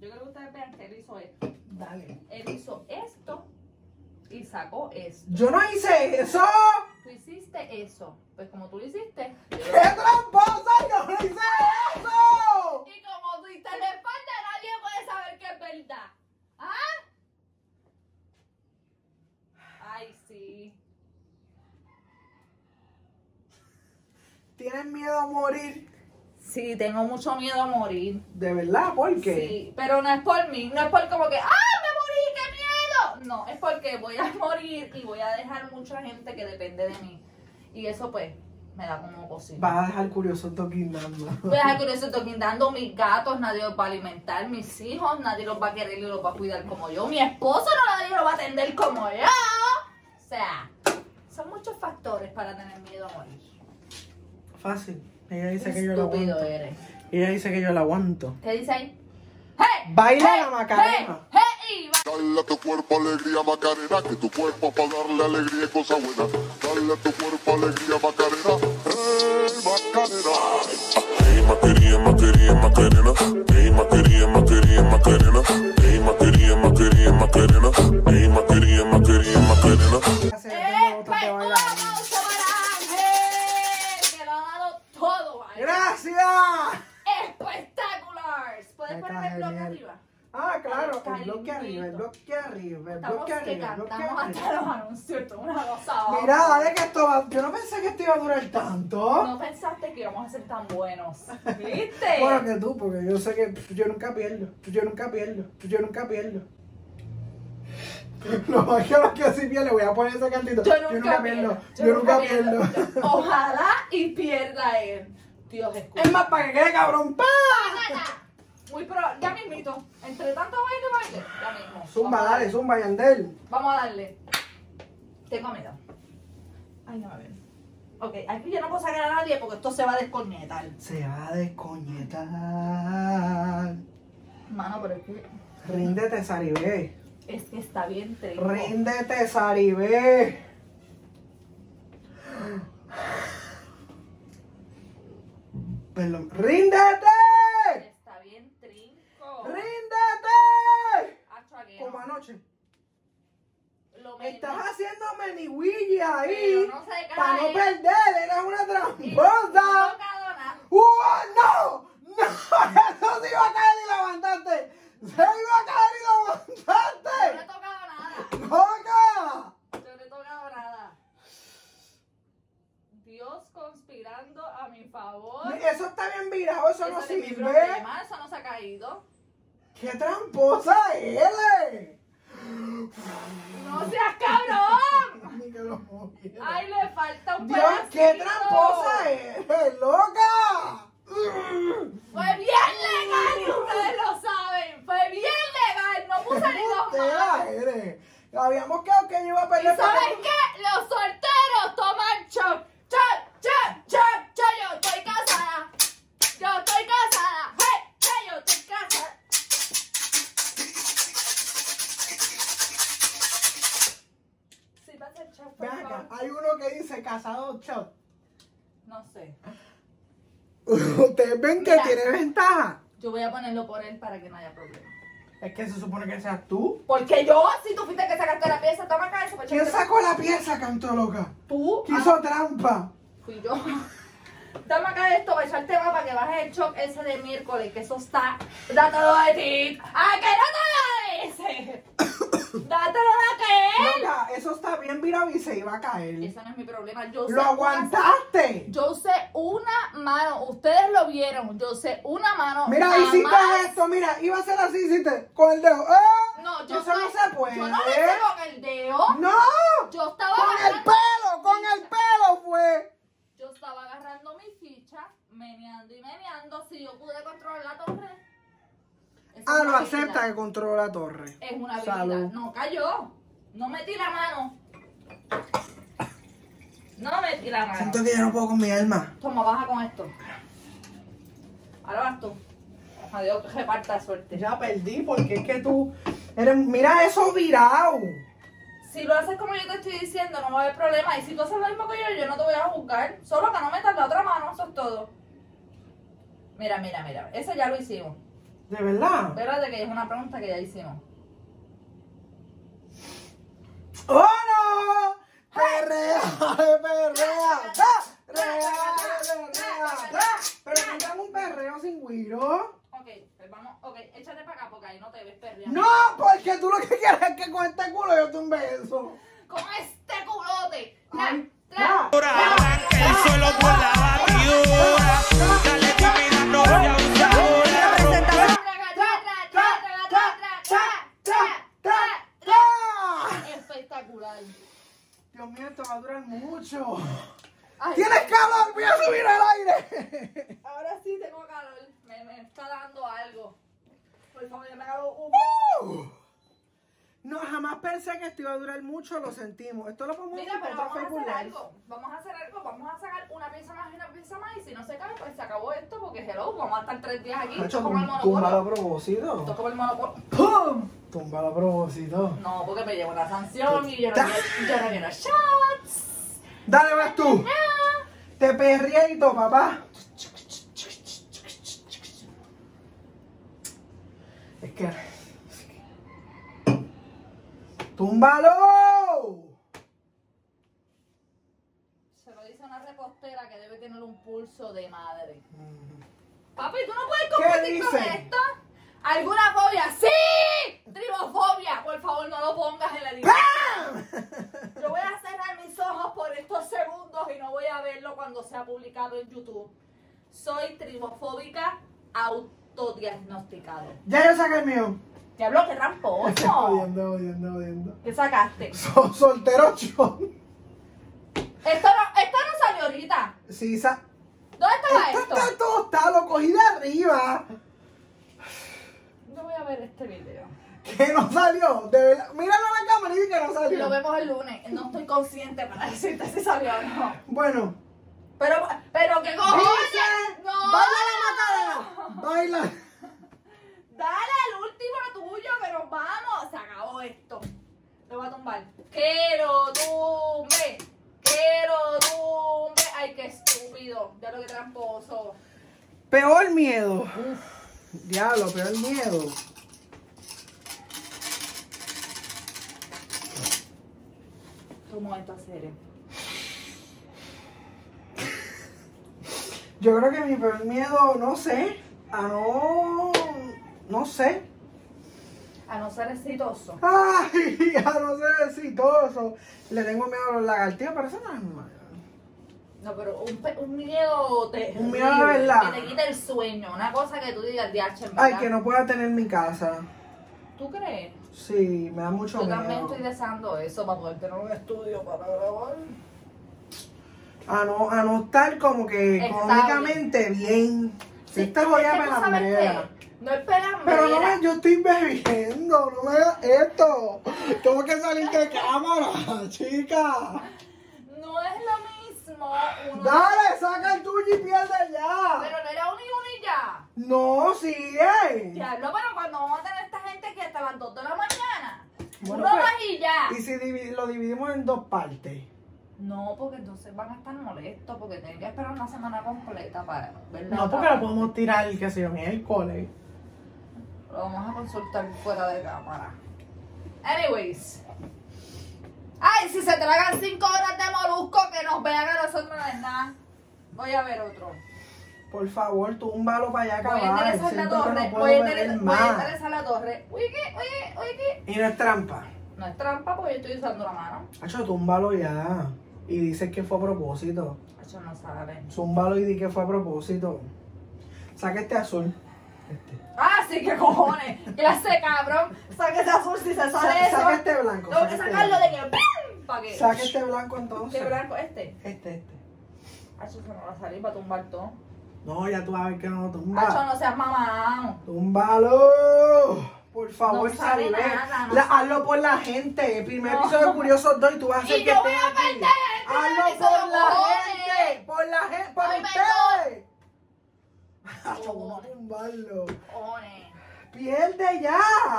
Speaker 3: Yo creo que ustedes vean que él hizo esto.
Speaker 1: Dale.
Speaker 3: Él hizo esto y sacó esto.
Speaker 1: Yo no hice eso.
Speaker 3: Tú hiciste eso. Pues como tú lo hiciste. yo
Speaker 1: ¡Qué
Speaker 3: lo-
Speaker 1: tramposa! ¡Yo no hice eso!
Speaker 3: Y como tú hiciste la espalda, nadie puede saber que es verdad. ¿Ah? Ay, sí.
Speaker 1: Tienes miedo a morir.
Speaker 3: Sí, tengo mucho miedo a morir.
Speaker 1: De verdad, ¿por qué?
Speaker 3: Sí, pero no es por mí, no es por como que, ¡ah, me morí, qué miedo! No, es porque voy a morir y voy a dejar mucha gente que depende de mí. Y eso pues me da como cosita.
Speaker 1: Vas a dejar curiosos toquinando.
Speaker 3: Voy a dejar con eso toquindando mis gatos, nadie los va a alimentar, mis hijos, nadie los va a querer y los va a cuidar como yo, mi esposo no nadie lo va a atender como yo. O sea, son muchos factores para tener miedo a morir.
Speaker 1: Fácil. Ella dice que yo lo
Speaker 3: Estúpido
Speaker 1: aguanto.
Speaker 3: eh. eres.
Speaker 1: Ella dice que yo lo aguanto.
Speaker 3: ¿Qué dice ahí? ¡Hey!
Speaker 1: Baila
Speaker 3: ¡Hey!
Speaker 1: la Macarena.
Speaker 3: ¡Hey! ¡Hey! Y va-
Speaker 4: Dale a tu cuerpo alegría Macarena, que tu cuerpo para darle alegría y cosa buena. Dale a tu cuerpo alegría Macarena, hey Macarena.
Speaker 5: Hey Macarena, Macarena, Macarena. Hey Macarena, Macarena, Macarena. Hey Macarena, Macarena, Macarena. Hey Macarena, Macarena, Macarena.
Speaker 1: Hace
Speaker 3: ¡Eh!
Speaker 1: tiempo
Speaker 3: Pues
Speaker 1: que
Speaker 3: un
Speaker 1: baila.
Speaker 3: aplauso para Ángel, que lo ha dado todo, ¿vale?
Speaker 1: ¡Gracias!
Speaker 3: ¡Espectacular! ¿Puedes
Speaker 1: Me
Speaker 3: poner
Speaker 1: cae
Speaker 3: el bloque
Speaker 1: bien.
Speaker 3: arriba?
Speaker 1: Ah, claro,
Speaker 3: Está
Speaker 1: el bloque
Speaker 3: lindito.
Speaker 1: arriba, el bloque arriba, el
Speaker 3: Estamos
Speaker 1: bloque
Speaker 3: que
Speaker 1: arriba, el bloque
Speaker 3: cantamos
Speaker 1: arriba.
Speaker 3: hasta los anuncios, esto es una gozada.
Speaker 1: Mira, dale que esto va. Yo no pensé que esto iba a durar tanto.
Speaker 3: No pensaste que íbamos a ser tan buenos. ¿Viste?
Speaker 1: Bueno, que tú, porque yo sé que pff, yo nunca pierdo, pff, yo nunca pierdo, pff, yo nunca pierdo. Lo más que lo que sí pierde, voy a poner ese cantito.
Speaker 3: yo nunca pierdo.
Speaker 1: yo nunca pierdo.
Speaker 3: Ojalá y pierda él. Dios escucha.
Speaker 1: Es más, para que quede cabrón. ¡Pah!
Speaker 3: Muy pro. Ya mismito. Entre tanto baile, baile. Ya mismo.
Speaker 1: Zumba,
Speaker 3: Vamos a
Speaker 1: dale, zumba, Yandel.
Speaker 3: Vamos a darle. Tengo miedo. Ay, no me ven. Ok, aquí yo no puedo sacar a nadie porque esto se va a descornetar.
Speaker 1: Se va a descoñetar.
Speaker 3: Mano, pero es que,
Speaker 1: Ríndete, Saribé.
Speaker 3: es que está bien trigo.
Speaker 1: Ríndete, Saribé. Perdón. ¡Ríndete!
Speaker 3: Está bien trinco.
Speaker 1: ¡Ríndete!
Speaker 3: Acho, aquí no.
Speaker 1: Como anoche.
Speaker 3: Lo menos.
Speaker 1: Estás haciendo menihuilla ahí.
Speaker 3: Pero no se cae.
Speaker 1: para no perder, eres una
Speaker 3: Y no he
Speaker 1: tramposa.
Speaker 3: tocado nada.
Speaker 1: ¡Uh! ¡No! ¡No! ¡Eso se iba a caer y lo aguantaste! ¡Se iba a caer y lo
Speaker 3: Yo no he
Speaker 1: aguantaste!
Speaker 3: tocado nada.
Speaker 1: ¡Loca!
Speaker 3: Yo no he tocado nada. Dios conspirando a mi favor.
Speaker 1: Eso está bien virado, eso no
Speaker 3: Ese es mi
Speaker 1: sirve.
Speaker 3: problema, Eso no se ha caído.
Speaker 1: ¡Qué tramposa eres!
Speaker 3: ¡No seas cabrón!
Speaker 1: ni que lo moviera.
Speaker 3: Ay, le falta un
Speaker 1: Dios,
Speaker 3: pedacito.
Speaker 1: qué tramposa eres, loca.
Speaker 3: Fue bien legal y ustedes lo saben. Fue bien legal. No puse ni dos
Speaker 1: Tela
Speaker 3: manos.
Speaker 1: eres. Habíamos quedado que yo iba a
Speaker 3: ¿Y
Speaker 1: perder.
Speaker 3: saben qué? Los solteros toman chop. Chop, chop, chop, chop. Yo estoy casada. Yo estoy casada. Hey, hey, yo estoy casada. Sí, va a ser chop, por
Speaker 1: Ven acá,
Speaker 3: favor.
Speaker 1: hay uno que dice casado chop.
Speaker 3: No sé.
Speaker 1: Ustedes ven que
Speaker 3: Mira.
Speaker 1: tiene ventaja.
Speaker 3: Yo voy a ponerlo por él para que no haya problema.
Speaker 1: Es que se supone que seas tú.
Speaker 3: Porque yo, si tú fuiste que sacaste la pieza, toma acá eso.
Speaker 1: ¿Quién sacó la pieza, canto loca?
Speaker 3: Tú.
Speaker 1: ¿Quién
Speaker 3: ah,
Speaker 1: hizo trampa?
Speaker 3: Fui yo. Dame acá esto para echarte más para que bajes el shock ese de miércoles, que eso está. Dátelo de ti. ¡Ah, que no te lo de ese! ¡Dátelo de aquel!
Speaker 1: Loca, eso está bien virado y se iba a caer.
Speaker 3: Eso no es mi problema. Yo sé
Speaker 1: ¡Lo
Speaker 3: una-
Speaker 1: aguantaste!
Speaker 3: Yo usé una mano. Ustedes lo vieron. Yo usé una mano.
Speaker 1: Mira,
Speaker 3: jamás-
Speaker 1: hiciste esto, mira, iba a ser así, hiciste con el dedo. ¡Ah!
Speaker 3: No, yo
Speaker 1: Eso no
Speaker 3: estoy-
Speaker 1: se puede. ¿eh?
Speaker 3: Yo no lo hice con el dedo.
Speaker 1: ¡No!
Speaker 3: Yo estaba
Speaker 1: ¡Con el
Speaker 3: agarrando-
Speaker 1: pelo! ¡Con el pelo fue!
Speaker 3: Yo estaba agarrando mi ficha, meneando y meneando. Si yo pude controlar la torre. Eso es
Speaker 1: Ah,
Speaker 3: una
Speaker 1: lo
Speaker 3: habilidad.
Speaker 1: acepta que controla la torre.
Speaker 3: Es una habilidad.
Speaker 1: Salud.
Speaker 3: No cayó. No metí la mano. No metí la mano.
Speaker 1: Siento que yo no puedo con mi alma.
Speaker 3: Toma, baja con esto. Ahora vas tú. Adiós, que reparta suerte.
Speaker 1: Ya perdí porque es que tú eres. Mira eso virado.
Speaker 3: Si lo haces como yo te estoy diciendo, no va a haber problema. Y si tú haces lo mismo que yo, yo no te voy a juzgar. Solo que no metas la otra mano, eso es todo. Mira, mira, mira. Eso ya lo hicimos.
Speaker 1: De verdad.
Speaker 3: Espérate que es una pregunta que ya hicimos.
Speaker 1: ¡Oh no! ¡Perrea! ¡Perrea! ¡Ah! ¡Perrea! ¡Perrea! ¡ah! Pero no dan un perreo sin guiro.
Speaker 3: Ok, pues vamos. Ok, échate para acá porque ahí no te ves perdiendo.
Speaker 1: No, porque tú lo que quieres es que con este culo yo te un beso.
Speaker 3: con este culote.
Speaker 1: Ay,
Speaker 3: Tra, tra.
Speaker 6: Arranca el suelo con la batidora. Dale timidez, no voy a usar
Speaker 3: Tra,
Speaker 6: hora.
Speaker 3: tra, tra, tra, tra, tra, tra, tra, tra, tra. Espectacular.
Speaker 1: Dios mío, esto va a durar mucho.
Speaker 3: Ay,
Speaker 1: ¡Tienes calor! ¡Voy a subir al aire!
Speaker 3: Ahora sí tengo calor. Me, me está dando algo. Por favor, yo me hago un.
Speaker 1: Uh. No, jamás pensé que esto iba a durar mucho, lo sentimos. Esto lo podemos
Speaker 3: Mira, pero
Speaker 1: para
Speaker 3: vamos a
Speaker 1: Facebook
Speaker 3: hacer
Speaker 1: Live.
Speaker 3: algo. Vamos a hacer algo. Vamos a sacar una pieza más y una pieza más. Y si no se cae, pues se acabó esto. Porque, hello, vamos a estar tres días aquí. Esto
Speaker 1: Nacho,
Speaker 3: es como el
Speaker 1: tum- túmbalo a
Speaker 3: monopolio. Esto es
Speaker 1: propósito.
Speaker 3: como el monopolio.
Speaker 1: ¡Pum! Túmbalo a propósito.
Speaker 3: No, porque me llevo la sanción y yo no quiero, yo no quiero shots.
Speaker 1: Dale, vas tú.
Speaker 3: Ah.
Speaker 1: Te perrieito, papá. Es que. ¡Túmbalo!
Speaker 3: Se lo dice una repostera que debe tener un pulso de madre. Papi, ¿tú no puedes competir con
Speaker 1: dice?
Speaker 3: esto? ¿Alguna fobia? ¡Sí! Tribofobia. Por favor, no lo pongas en la lista. Yo voy a cerrar mis ojos por estos segundos y no voy a verlo cuando sea publicado en YouTube. Soy tribofóbica autodiagnosticado.
Speaker 1: Ya yo saqué el mío.
Speaker 3: Diablo, qué tramposo.
Speaker 1: Jodiendo, jodiendo, jodiendo.
Speaker 3: ¿Qué sacaste?
Speaker 1: Son solteros, yo.
Speaker 3: Esto no, esto no salió ahorita.
Speaker 1: Sí, sa-
Speaker 3: ¿Dónde estaba
Speaker 1: Esto
Speaker 3: esto?
Speaker 1: está tostado, lo cogí de arriba.
Speaker 3: Yo voy a ver este video.
Speaker 1: Que no salió. De verdad. Míralo a la cámara y di que no
Speaker 3: Lo
Speaker 1: salió.
Speaker 3: vemos el lunes. No estoy consciente para decirte si salió o no.
Speaker 1: Bueno.
Speaker 3: Pero, pero qué
Speaker 1: Dice,
Speaker 3: cojones. No.
Speaker 1: baila la Macarena. Baila.
Speaker 3: Dale el último tuyo, pero vamos. Se acabó esto. Lo voy a tumbar. Quiero tumbe. Quiero tumbe. Ay, qué estúpido. Ya lo que tramposo.
Speaker 1: Peor miedo. Diablo, peor miedo.
Speaker 3: Tomo esto a serio.
Speaker 1: Yo creo que mi peor miedo, no sé. A no. No sé.
Speaker 3: A no ser exitoso.
Speaker 1: Ay, a no ser exitoso. Le tengo miedo a los lagartijas, pero eso no es malo.
Speaker 3: No, pero un, pe- un miedo te
Speaker 1: Un miedo de verdad.
Speaker 3: Que te quita el sueño. Una cosa que tú digas, DH, en verdad.
Speaker 1: Ay, que no pueda tener mi casa.
Speaker 3: ¿Tú crees?
Speaker 1: Sí, me da mucho
Speaker 3: Yo también
Speaker 1: miedo.
Speaker 3: estoy deseando eso para poder tener un estudio para grabar.
Speaker 1: A no, a no estar como que
Speaker 3: Estable.
Speaker 1: económicamente bien. Si esta joya
Speaker 3: es que
Speaker 1: me
Speaker 3: tú
Speaker 1: la
Speaker 3: sabes
Speaker 1: marea.
Speaker 3: qué, No esperas
Speaker 1: Pero no me, yo estoy bebiendo, no me hagas esto. Tengo que salir de cámara, chica.
Speaker 3: No es lo mismo. uno-
Speaker 1: Dale, saca el tuyo y pierde ya.
Speaker 3: Pero no era uno y uno y ya.
Speaker 1: No, sigue.
Speaker 3: Diablo, pero cuando vamos a tener esta gente que hasta las 2 de la mañana.
Speaker 1: Bueno,
Speaker 3: uno
Speaker 1: pues,
Speaker 3: más y ya.
Speaker 1: Y si divi- lo dividimos en dos partes.
Speaker 3: No, porque entonces van a estar molestos porque tienen que esperar una semana completa para verla.
Speaker 1: No, porque lo podemos tirar, qué sé yo, miércoles.
Speaker 3: Lo vamos a consultar fuera de cámara. Anyways. Ay, si se tragan cinco horas de molusco, que nos vean a nosotros no es nada. Voy a ver otro.
Speaker 1: Por favor, túmbalo para allá
Speaker 3: Voy a
Speaker 1: acabar.
Speaker 3: enderezar la
Speaker 1: Siento que no
Speaker 3: torre. Voy a
Speaker 1: puedo
Speaker 3: enderezar-
Speaker 1: beber
Speaker 3: voy a
Speaker 1: más.
Speaker 3: enderezar la torre. Oye, ¿qué? Oye, oye, ¿qué?
Speaker 1: Y no es trampa.
Speaker 3: No es trampa porque yo estoy usando la mano.
Speaker 1: Hacho, túmbalo ya. Y dices que fue a propósito.
Speaker 3: Eso no sabe.
Speaker 1: Zúmbalo y di que fue a propósito. Saca este azul. Este.
Speaker 3: Ah, sí, que cojones. Clase cabrón. Saque ese azul si se sale
Speaker 1: Sa-
Speaker 3: eso.
Speaker 1: saca este blanco.
Speaker 3: Tengo
Speaker 1: saca
Speaker 3: que
Speaker 1: este
Speaker 3: sacarlo de
Speaker 1: blanco.
Speaker 3: que ¡pam! ¿Para qué?
Speaker 1: Saca este blanco entonces.
Speaker 3: ¿Qué blanco este?
Speaker 1: Este, este.
Speaker 3: Hacho, se me va a salir para tumbar todo.
Speaker 1: No, ya tú vas a ver que no lo tumba.
Speaker 3: Hacho, no seas mamado.
Speaker 1: ¡Túmbalo! Por favor,
Speaker 3: No
Speaker 1: sale.
Speaker 3: sabe nada, no
Speaker 1: La-
Speaker 3: sabe.
Speaker 1: hazlo por la gente. El primer
Speaker 3: No.
Speaker 1: episodio de Curiosos 2 y tú vas a
Speaker 3: Y
Speaker 1: hacer que
Speaker 3: yo voy
Speaker 1: estén
Speaker 3: a
Speaker 1: aquí.
Speaker 3: perder el primer
Speaker 1: Hazlo
Speaker 3: episodio,
Speaker 1: por la
Speaker 3: cojones.
Speaker 1: gente. Por la gente. Por
Speaker 3: Ay,
Speaker 1: ustedes. Hacho,
Speaker 3: Cojones.
Speaker 1: vamos a tumbarlo.
Speaker 3: Cojones.
Speaker 1: ¡Pierde ya!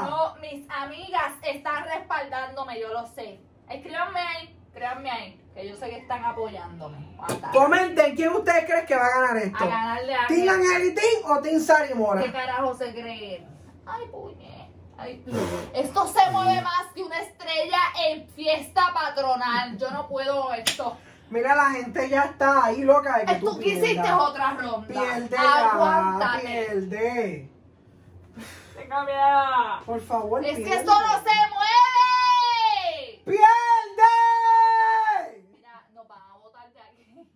Speaker 3: No, mis amigas están respaldándome, yo lo sé. Escríbanme ahí, créanme ahí, que yo sé que están apoyándome. Aguanta.
Speaker 1: Comenten quién ustedes creen que va a ganar esto.
Speaker 3: A ganarle a
Speaker 1: ¿Team Angelitín o Team Sari Mora?
Speaker 3: ¿Qué carajo se creen? Ay, puñe. Ay, esto se mueve más que una estrella en fiesta patronal. Yo no puedo esto.
Speaker 1: Mira, la gente ya está ahí loca de que
Speaker 3: Eh,
Speaker 1: tú,
Speaker 3: Tú quisiste
Speaker 1: pierdas.
Speaker 3: otra ronda.
Speaker 1: Pierde, ya,
Speaker 3: Aguántate.
Speaker 1: pierde. Por favor,
Speaker 3: Es que
Speaker 1: pierde.
Speaker 3: esto no se mueve.
Speaker 1: ¡Pierde!
Speaker 3: Mira, nos van a botar de aquí.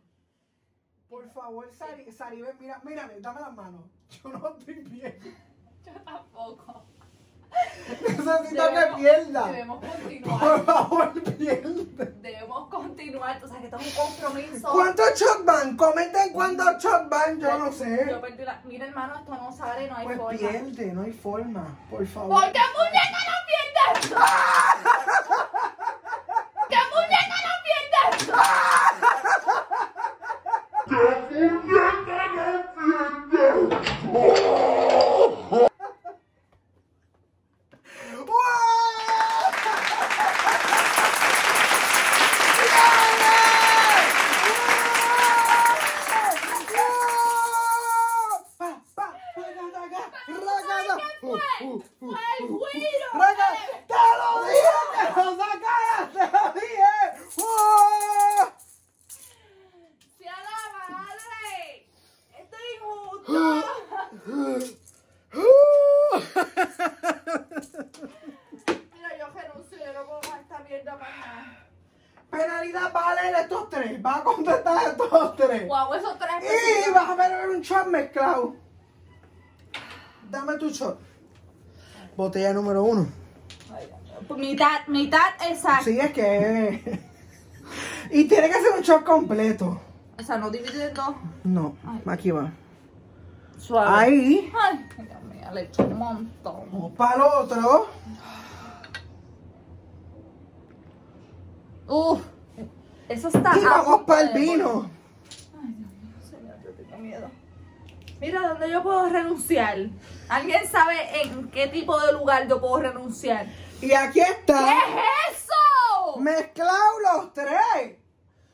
Speaker 1: Por favor, Sari, Sari, ven, mira, mírame, dame las manos. Yo no estoy bien.
Speaker 3: Yo tampoco.
Speaker 1: Necesito que
Speaker 3: Debemos-
Speaker 1: pierda.
Speaker 3: Debemos
Speaker 1: Por
Speaker 3: continuar.
Speaker 1: favor, pierde.
Speaker 3: Debemos continuar. O sea, que esto es un compromiso.
Speaker 1: ¿Cuántos shots van? Comenten cuántos shots van, yo no sé.
Speaker 3: Yo perdí la- Mira, hermano, esto no sale, no hay
Speaker 1: Pues
Speaker 3: forma.
Speaker 1: pierde, no hay forma. Por favor.
Speaker 3: ¿Por qué muñeca no pierdes? ¿Por qué muñeca no pierdes?
Speaker 1: Uh,
Speaker 3: ¡Ay, güiro! ¡Sea la madre! ¡Esto es injusto! Mira, yo renuncio, yo no puedo más esta mierda más nada.
Speaker 1: Penalidad va a leer estos tres, va a contestar estos tres.
Speaker 3: Guau, esos tres
Speaker 1: Y vas a ver un shot mezclado. Dame tu shot. Botella número uno.
Speaker 3: Pues Mitad, mitad exacta.
Speaker 1: Sí, es que. y tiene que ser un shot completo.
Speaker 3: O sea, no divide en dos.
Speaker 1: No,
Speaker 3: Ay.
Speaker 1: aquí va.
Speaker 3: Suave.
Speaker 1: Ahí.
Speaker 3: Ay, Dios mío, le echo un montón.
Speaker 1: Vamos para el otro.
Speaker 3: Uf, eso está.
Speaker 1: Y
Speaker 3: a
Speaker 1: vamos
Speaker 3: punto
Speaker 1: para el
Speaker 3: de-
Speaker 1: vino.
Speaker 3: Señor, yo tengo miedo. Mira, ¿dónde yo puedo renunciar? ¿Alguien sabe en qué tipo de lugar yo puedo renunciar?
Speaker 1: Y aquí
Speaker 3: ¿Qué
Speaker 1: está.
Speaker 3: es eso?
Speaker 1: Mezclado los tres.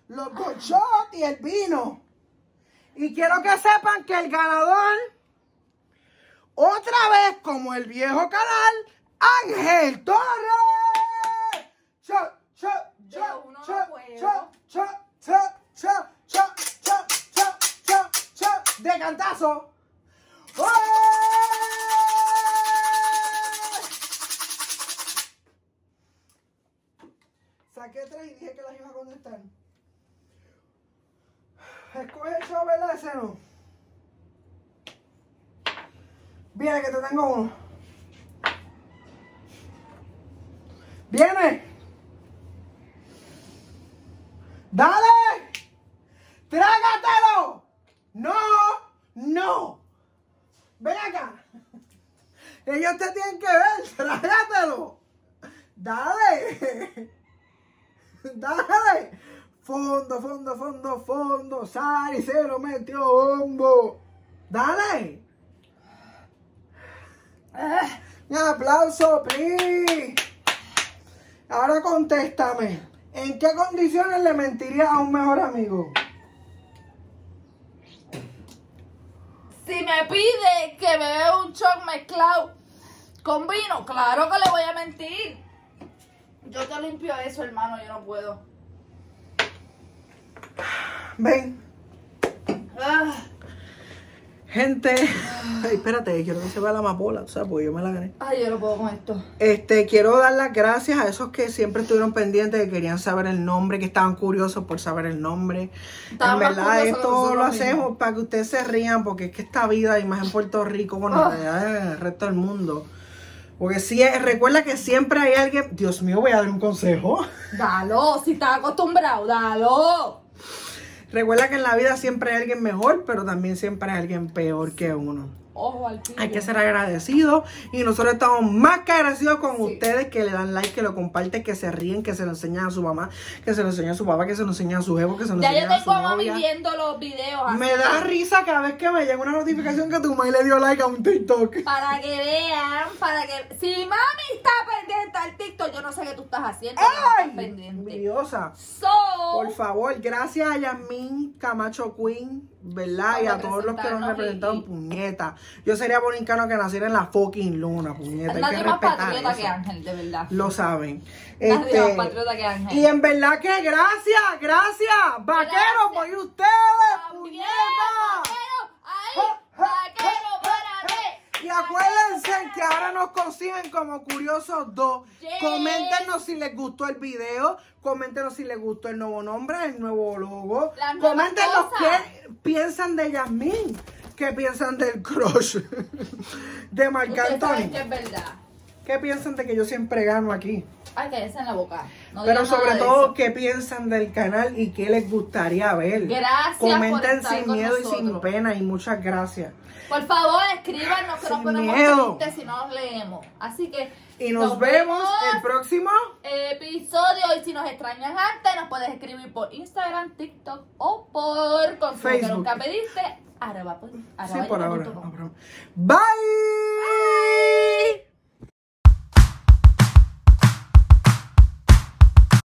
Speaker 1: Los dos shots y el vino. Y quiero que sepan que el ganador, otra vez como el viejo canal, Ángel Torres. Shot, shot,
Speaker 3: Yo
Speaker 1: shot,
Speaker 3: uno no
Speaker 1: shot,
Speaker 3: puedo.
Speaker 1: shot, shot, shot, shot, shot, shot, shot, shot, shot, de cantazo. ¡Oye! Saqué tres y dije que las iba a contestar. Escoge el show, ¿verdad? Ese no. Viene que te tengo uno. Viene. Dale. Trágatelo. No, no. Ven acá. Ellos te tienen que ver. Trágatelo. Dale. Dale. Fondo, fondo, fondo, fondo. Sari se lo metió bombo. Dale. Eh, un aplauso, please. Ahora contéstame. ¿En qué condiciones le mentirías a un mejor amigo?
Speaker 3: Si me pide que me beba un shot mezclado con vino, claro que le voy a mentir. Yo te limpio eso, hermano, yo no puedo.
Speaker 1: Ven.
Speaker 3: Ah,
Speaker 1: Gente. Ay, espérate, quiero que se vea la amapola, o sea, pues yo me la gané.
Speaker 3: Ay, yo no puedo con esto.
Speaker 1: Este, quiero dar las gracias a esos que siempre estuvieron pendientes, que querían saber el nombre, que estaban curiosos por saber el nombre.
Speaker 3: Estaban
Speaker 1: en
Speaker 3: más
Speaker 1: verdad,
Speaker 3: curiosos que
Speaker 1: esto lo
Speaker 3: nosotros mismos.
Speaker 1: hacemos para que ustedes se rían, porque es que esta vida, y más en Puerto Rico, bueno,
Speaker 3: Ah.
Speaker 1: en realidad en el resto del mundo. Porque sí, eh, recuerda que siempre hay alguien. Dios mío, voy a dar un consejo.
Speaker 3: Dalo, si estás acostumbrado, dalo.
Speaker 1: Recuerda que en la vida siempre hay alguien mejor, pero también siempre hay alguien peor que uno.
Speaker 3: Ojo al tiro.
Speaker 1: Hay que ser agradecidos y nosotros estamos más que agradecidos con
Speaker 3: Sí.
Speaker 1: ustedes que le dan like, que lo comparten, que se ríen, que se lo enseñan a su mamá, que se lo enseñan a su papá, que se lo enseñan a su jevo, que se lo
Speaker 3: Ya
Speaker 1: enseñan
Speaker 3: yo
Speaker 1: a su
Speaker 3: tengo a mami
Speaker 1: novia.
Speaker 3: viendo los videos así.
Speaker 1: Me da risa cada vez que me llega una notificación que tu mamá le dio like a un TikTok.
Speaker 3: Para que vean, para que. Si mami está pendiente al TikTok, yo no sé qué tú estás haciendo. pero no
Speaker 1: ¡Ay!
Speaker 3: estás pendiente.
Speaker 1: Envidiosa.
Speaker 3: So,
Speaker 1: Por favor, gracias a Yasmín Camacho Queen, ¿verdad? Y a todos los que nos
Speaker 3: representarnos y-
Speaker 1: representaron,
Speaker 3: y-
Speaker 1: puñeta. Yo sería bonincano que naciera en la fucking luna, puñeta. Hay que
Speaker 3: nadie más
Speaker 1: respetar
Speaker 3: patriota
Speaker 1: eso.
Speaker 3: que Ángel, de verdad.
Speaker 1: Lo saben.
Speaker 3: Nadie
Speaker 1: Este,
Speaker 3: más patriota que Ángel.
Speaker 1: Y en verdad que gracias, gracias. Vaquero,
Speaker 3: Gracias.
Speaker 1: por ustedes,
Speaker 3: También,
Speaker 1: puñeta.
Speaker 3: vaquero, ahí, vaquero, párate.
Speaker 1: Y acuérdense que ahora nos consiguen como Curiosos 2.
Speaker 3: Yes.
Speaker 1: Coméntenos si les gustó el video. Coméntenos si les gustó el nuevo nombre, el nuevo logo.
Speaker 3: Las nuevas
Speaker 1: Coméntenos
Speaker 3: cosas.
Speaker 1: qué piensan de Yasmín. ¿Qué piensan del crush? de Marc
Speaker 3: Ustedes saben
Speaker 1: Anthony.
Speaker 3: que es verdad.
Speaker 1: ¿Qué piensan de que yo siempre gano aquí?
Speaker 3: Ay, que en la boca. No
Speaker 1: Pero
Speaker 3: digas nada
Speaker 1: sobre
Speaker 3: de
Speaker 1: todo,
Speaker 3: eso.
Speaker 1: ¿qué piensan del canal y qué les gustaría ver?
Speaker 3: Gracias por
Speaker 1: Comenten
Speaker 3: estar
Speaker 1: sin
Speaker 3: con
Speaker 1: miedo y sin
Speaker 3: nosotros.
Speaker 1: pena y muchas gracias.
Speaker 3: Por favor, escríbanos que nos
Speaker 1: Sin
Speaker 3: ponemos
Speaker 1: miedo.
Speaker 3: tristes si no os leemos. Así que.
Speaker 1: Y nos, vemos el próximo.
Speaker 3: episodio y si nos extrañas antes nos puedes escribir por Instagram, TikTok o por consumo que
Speaker 1: Facebook.
Speaker 3: nunca pediste arroba, arroba
Speaker 1: Sí, por ahora.
Speaker 3: punto com.
Speaker 1: Bye.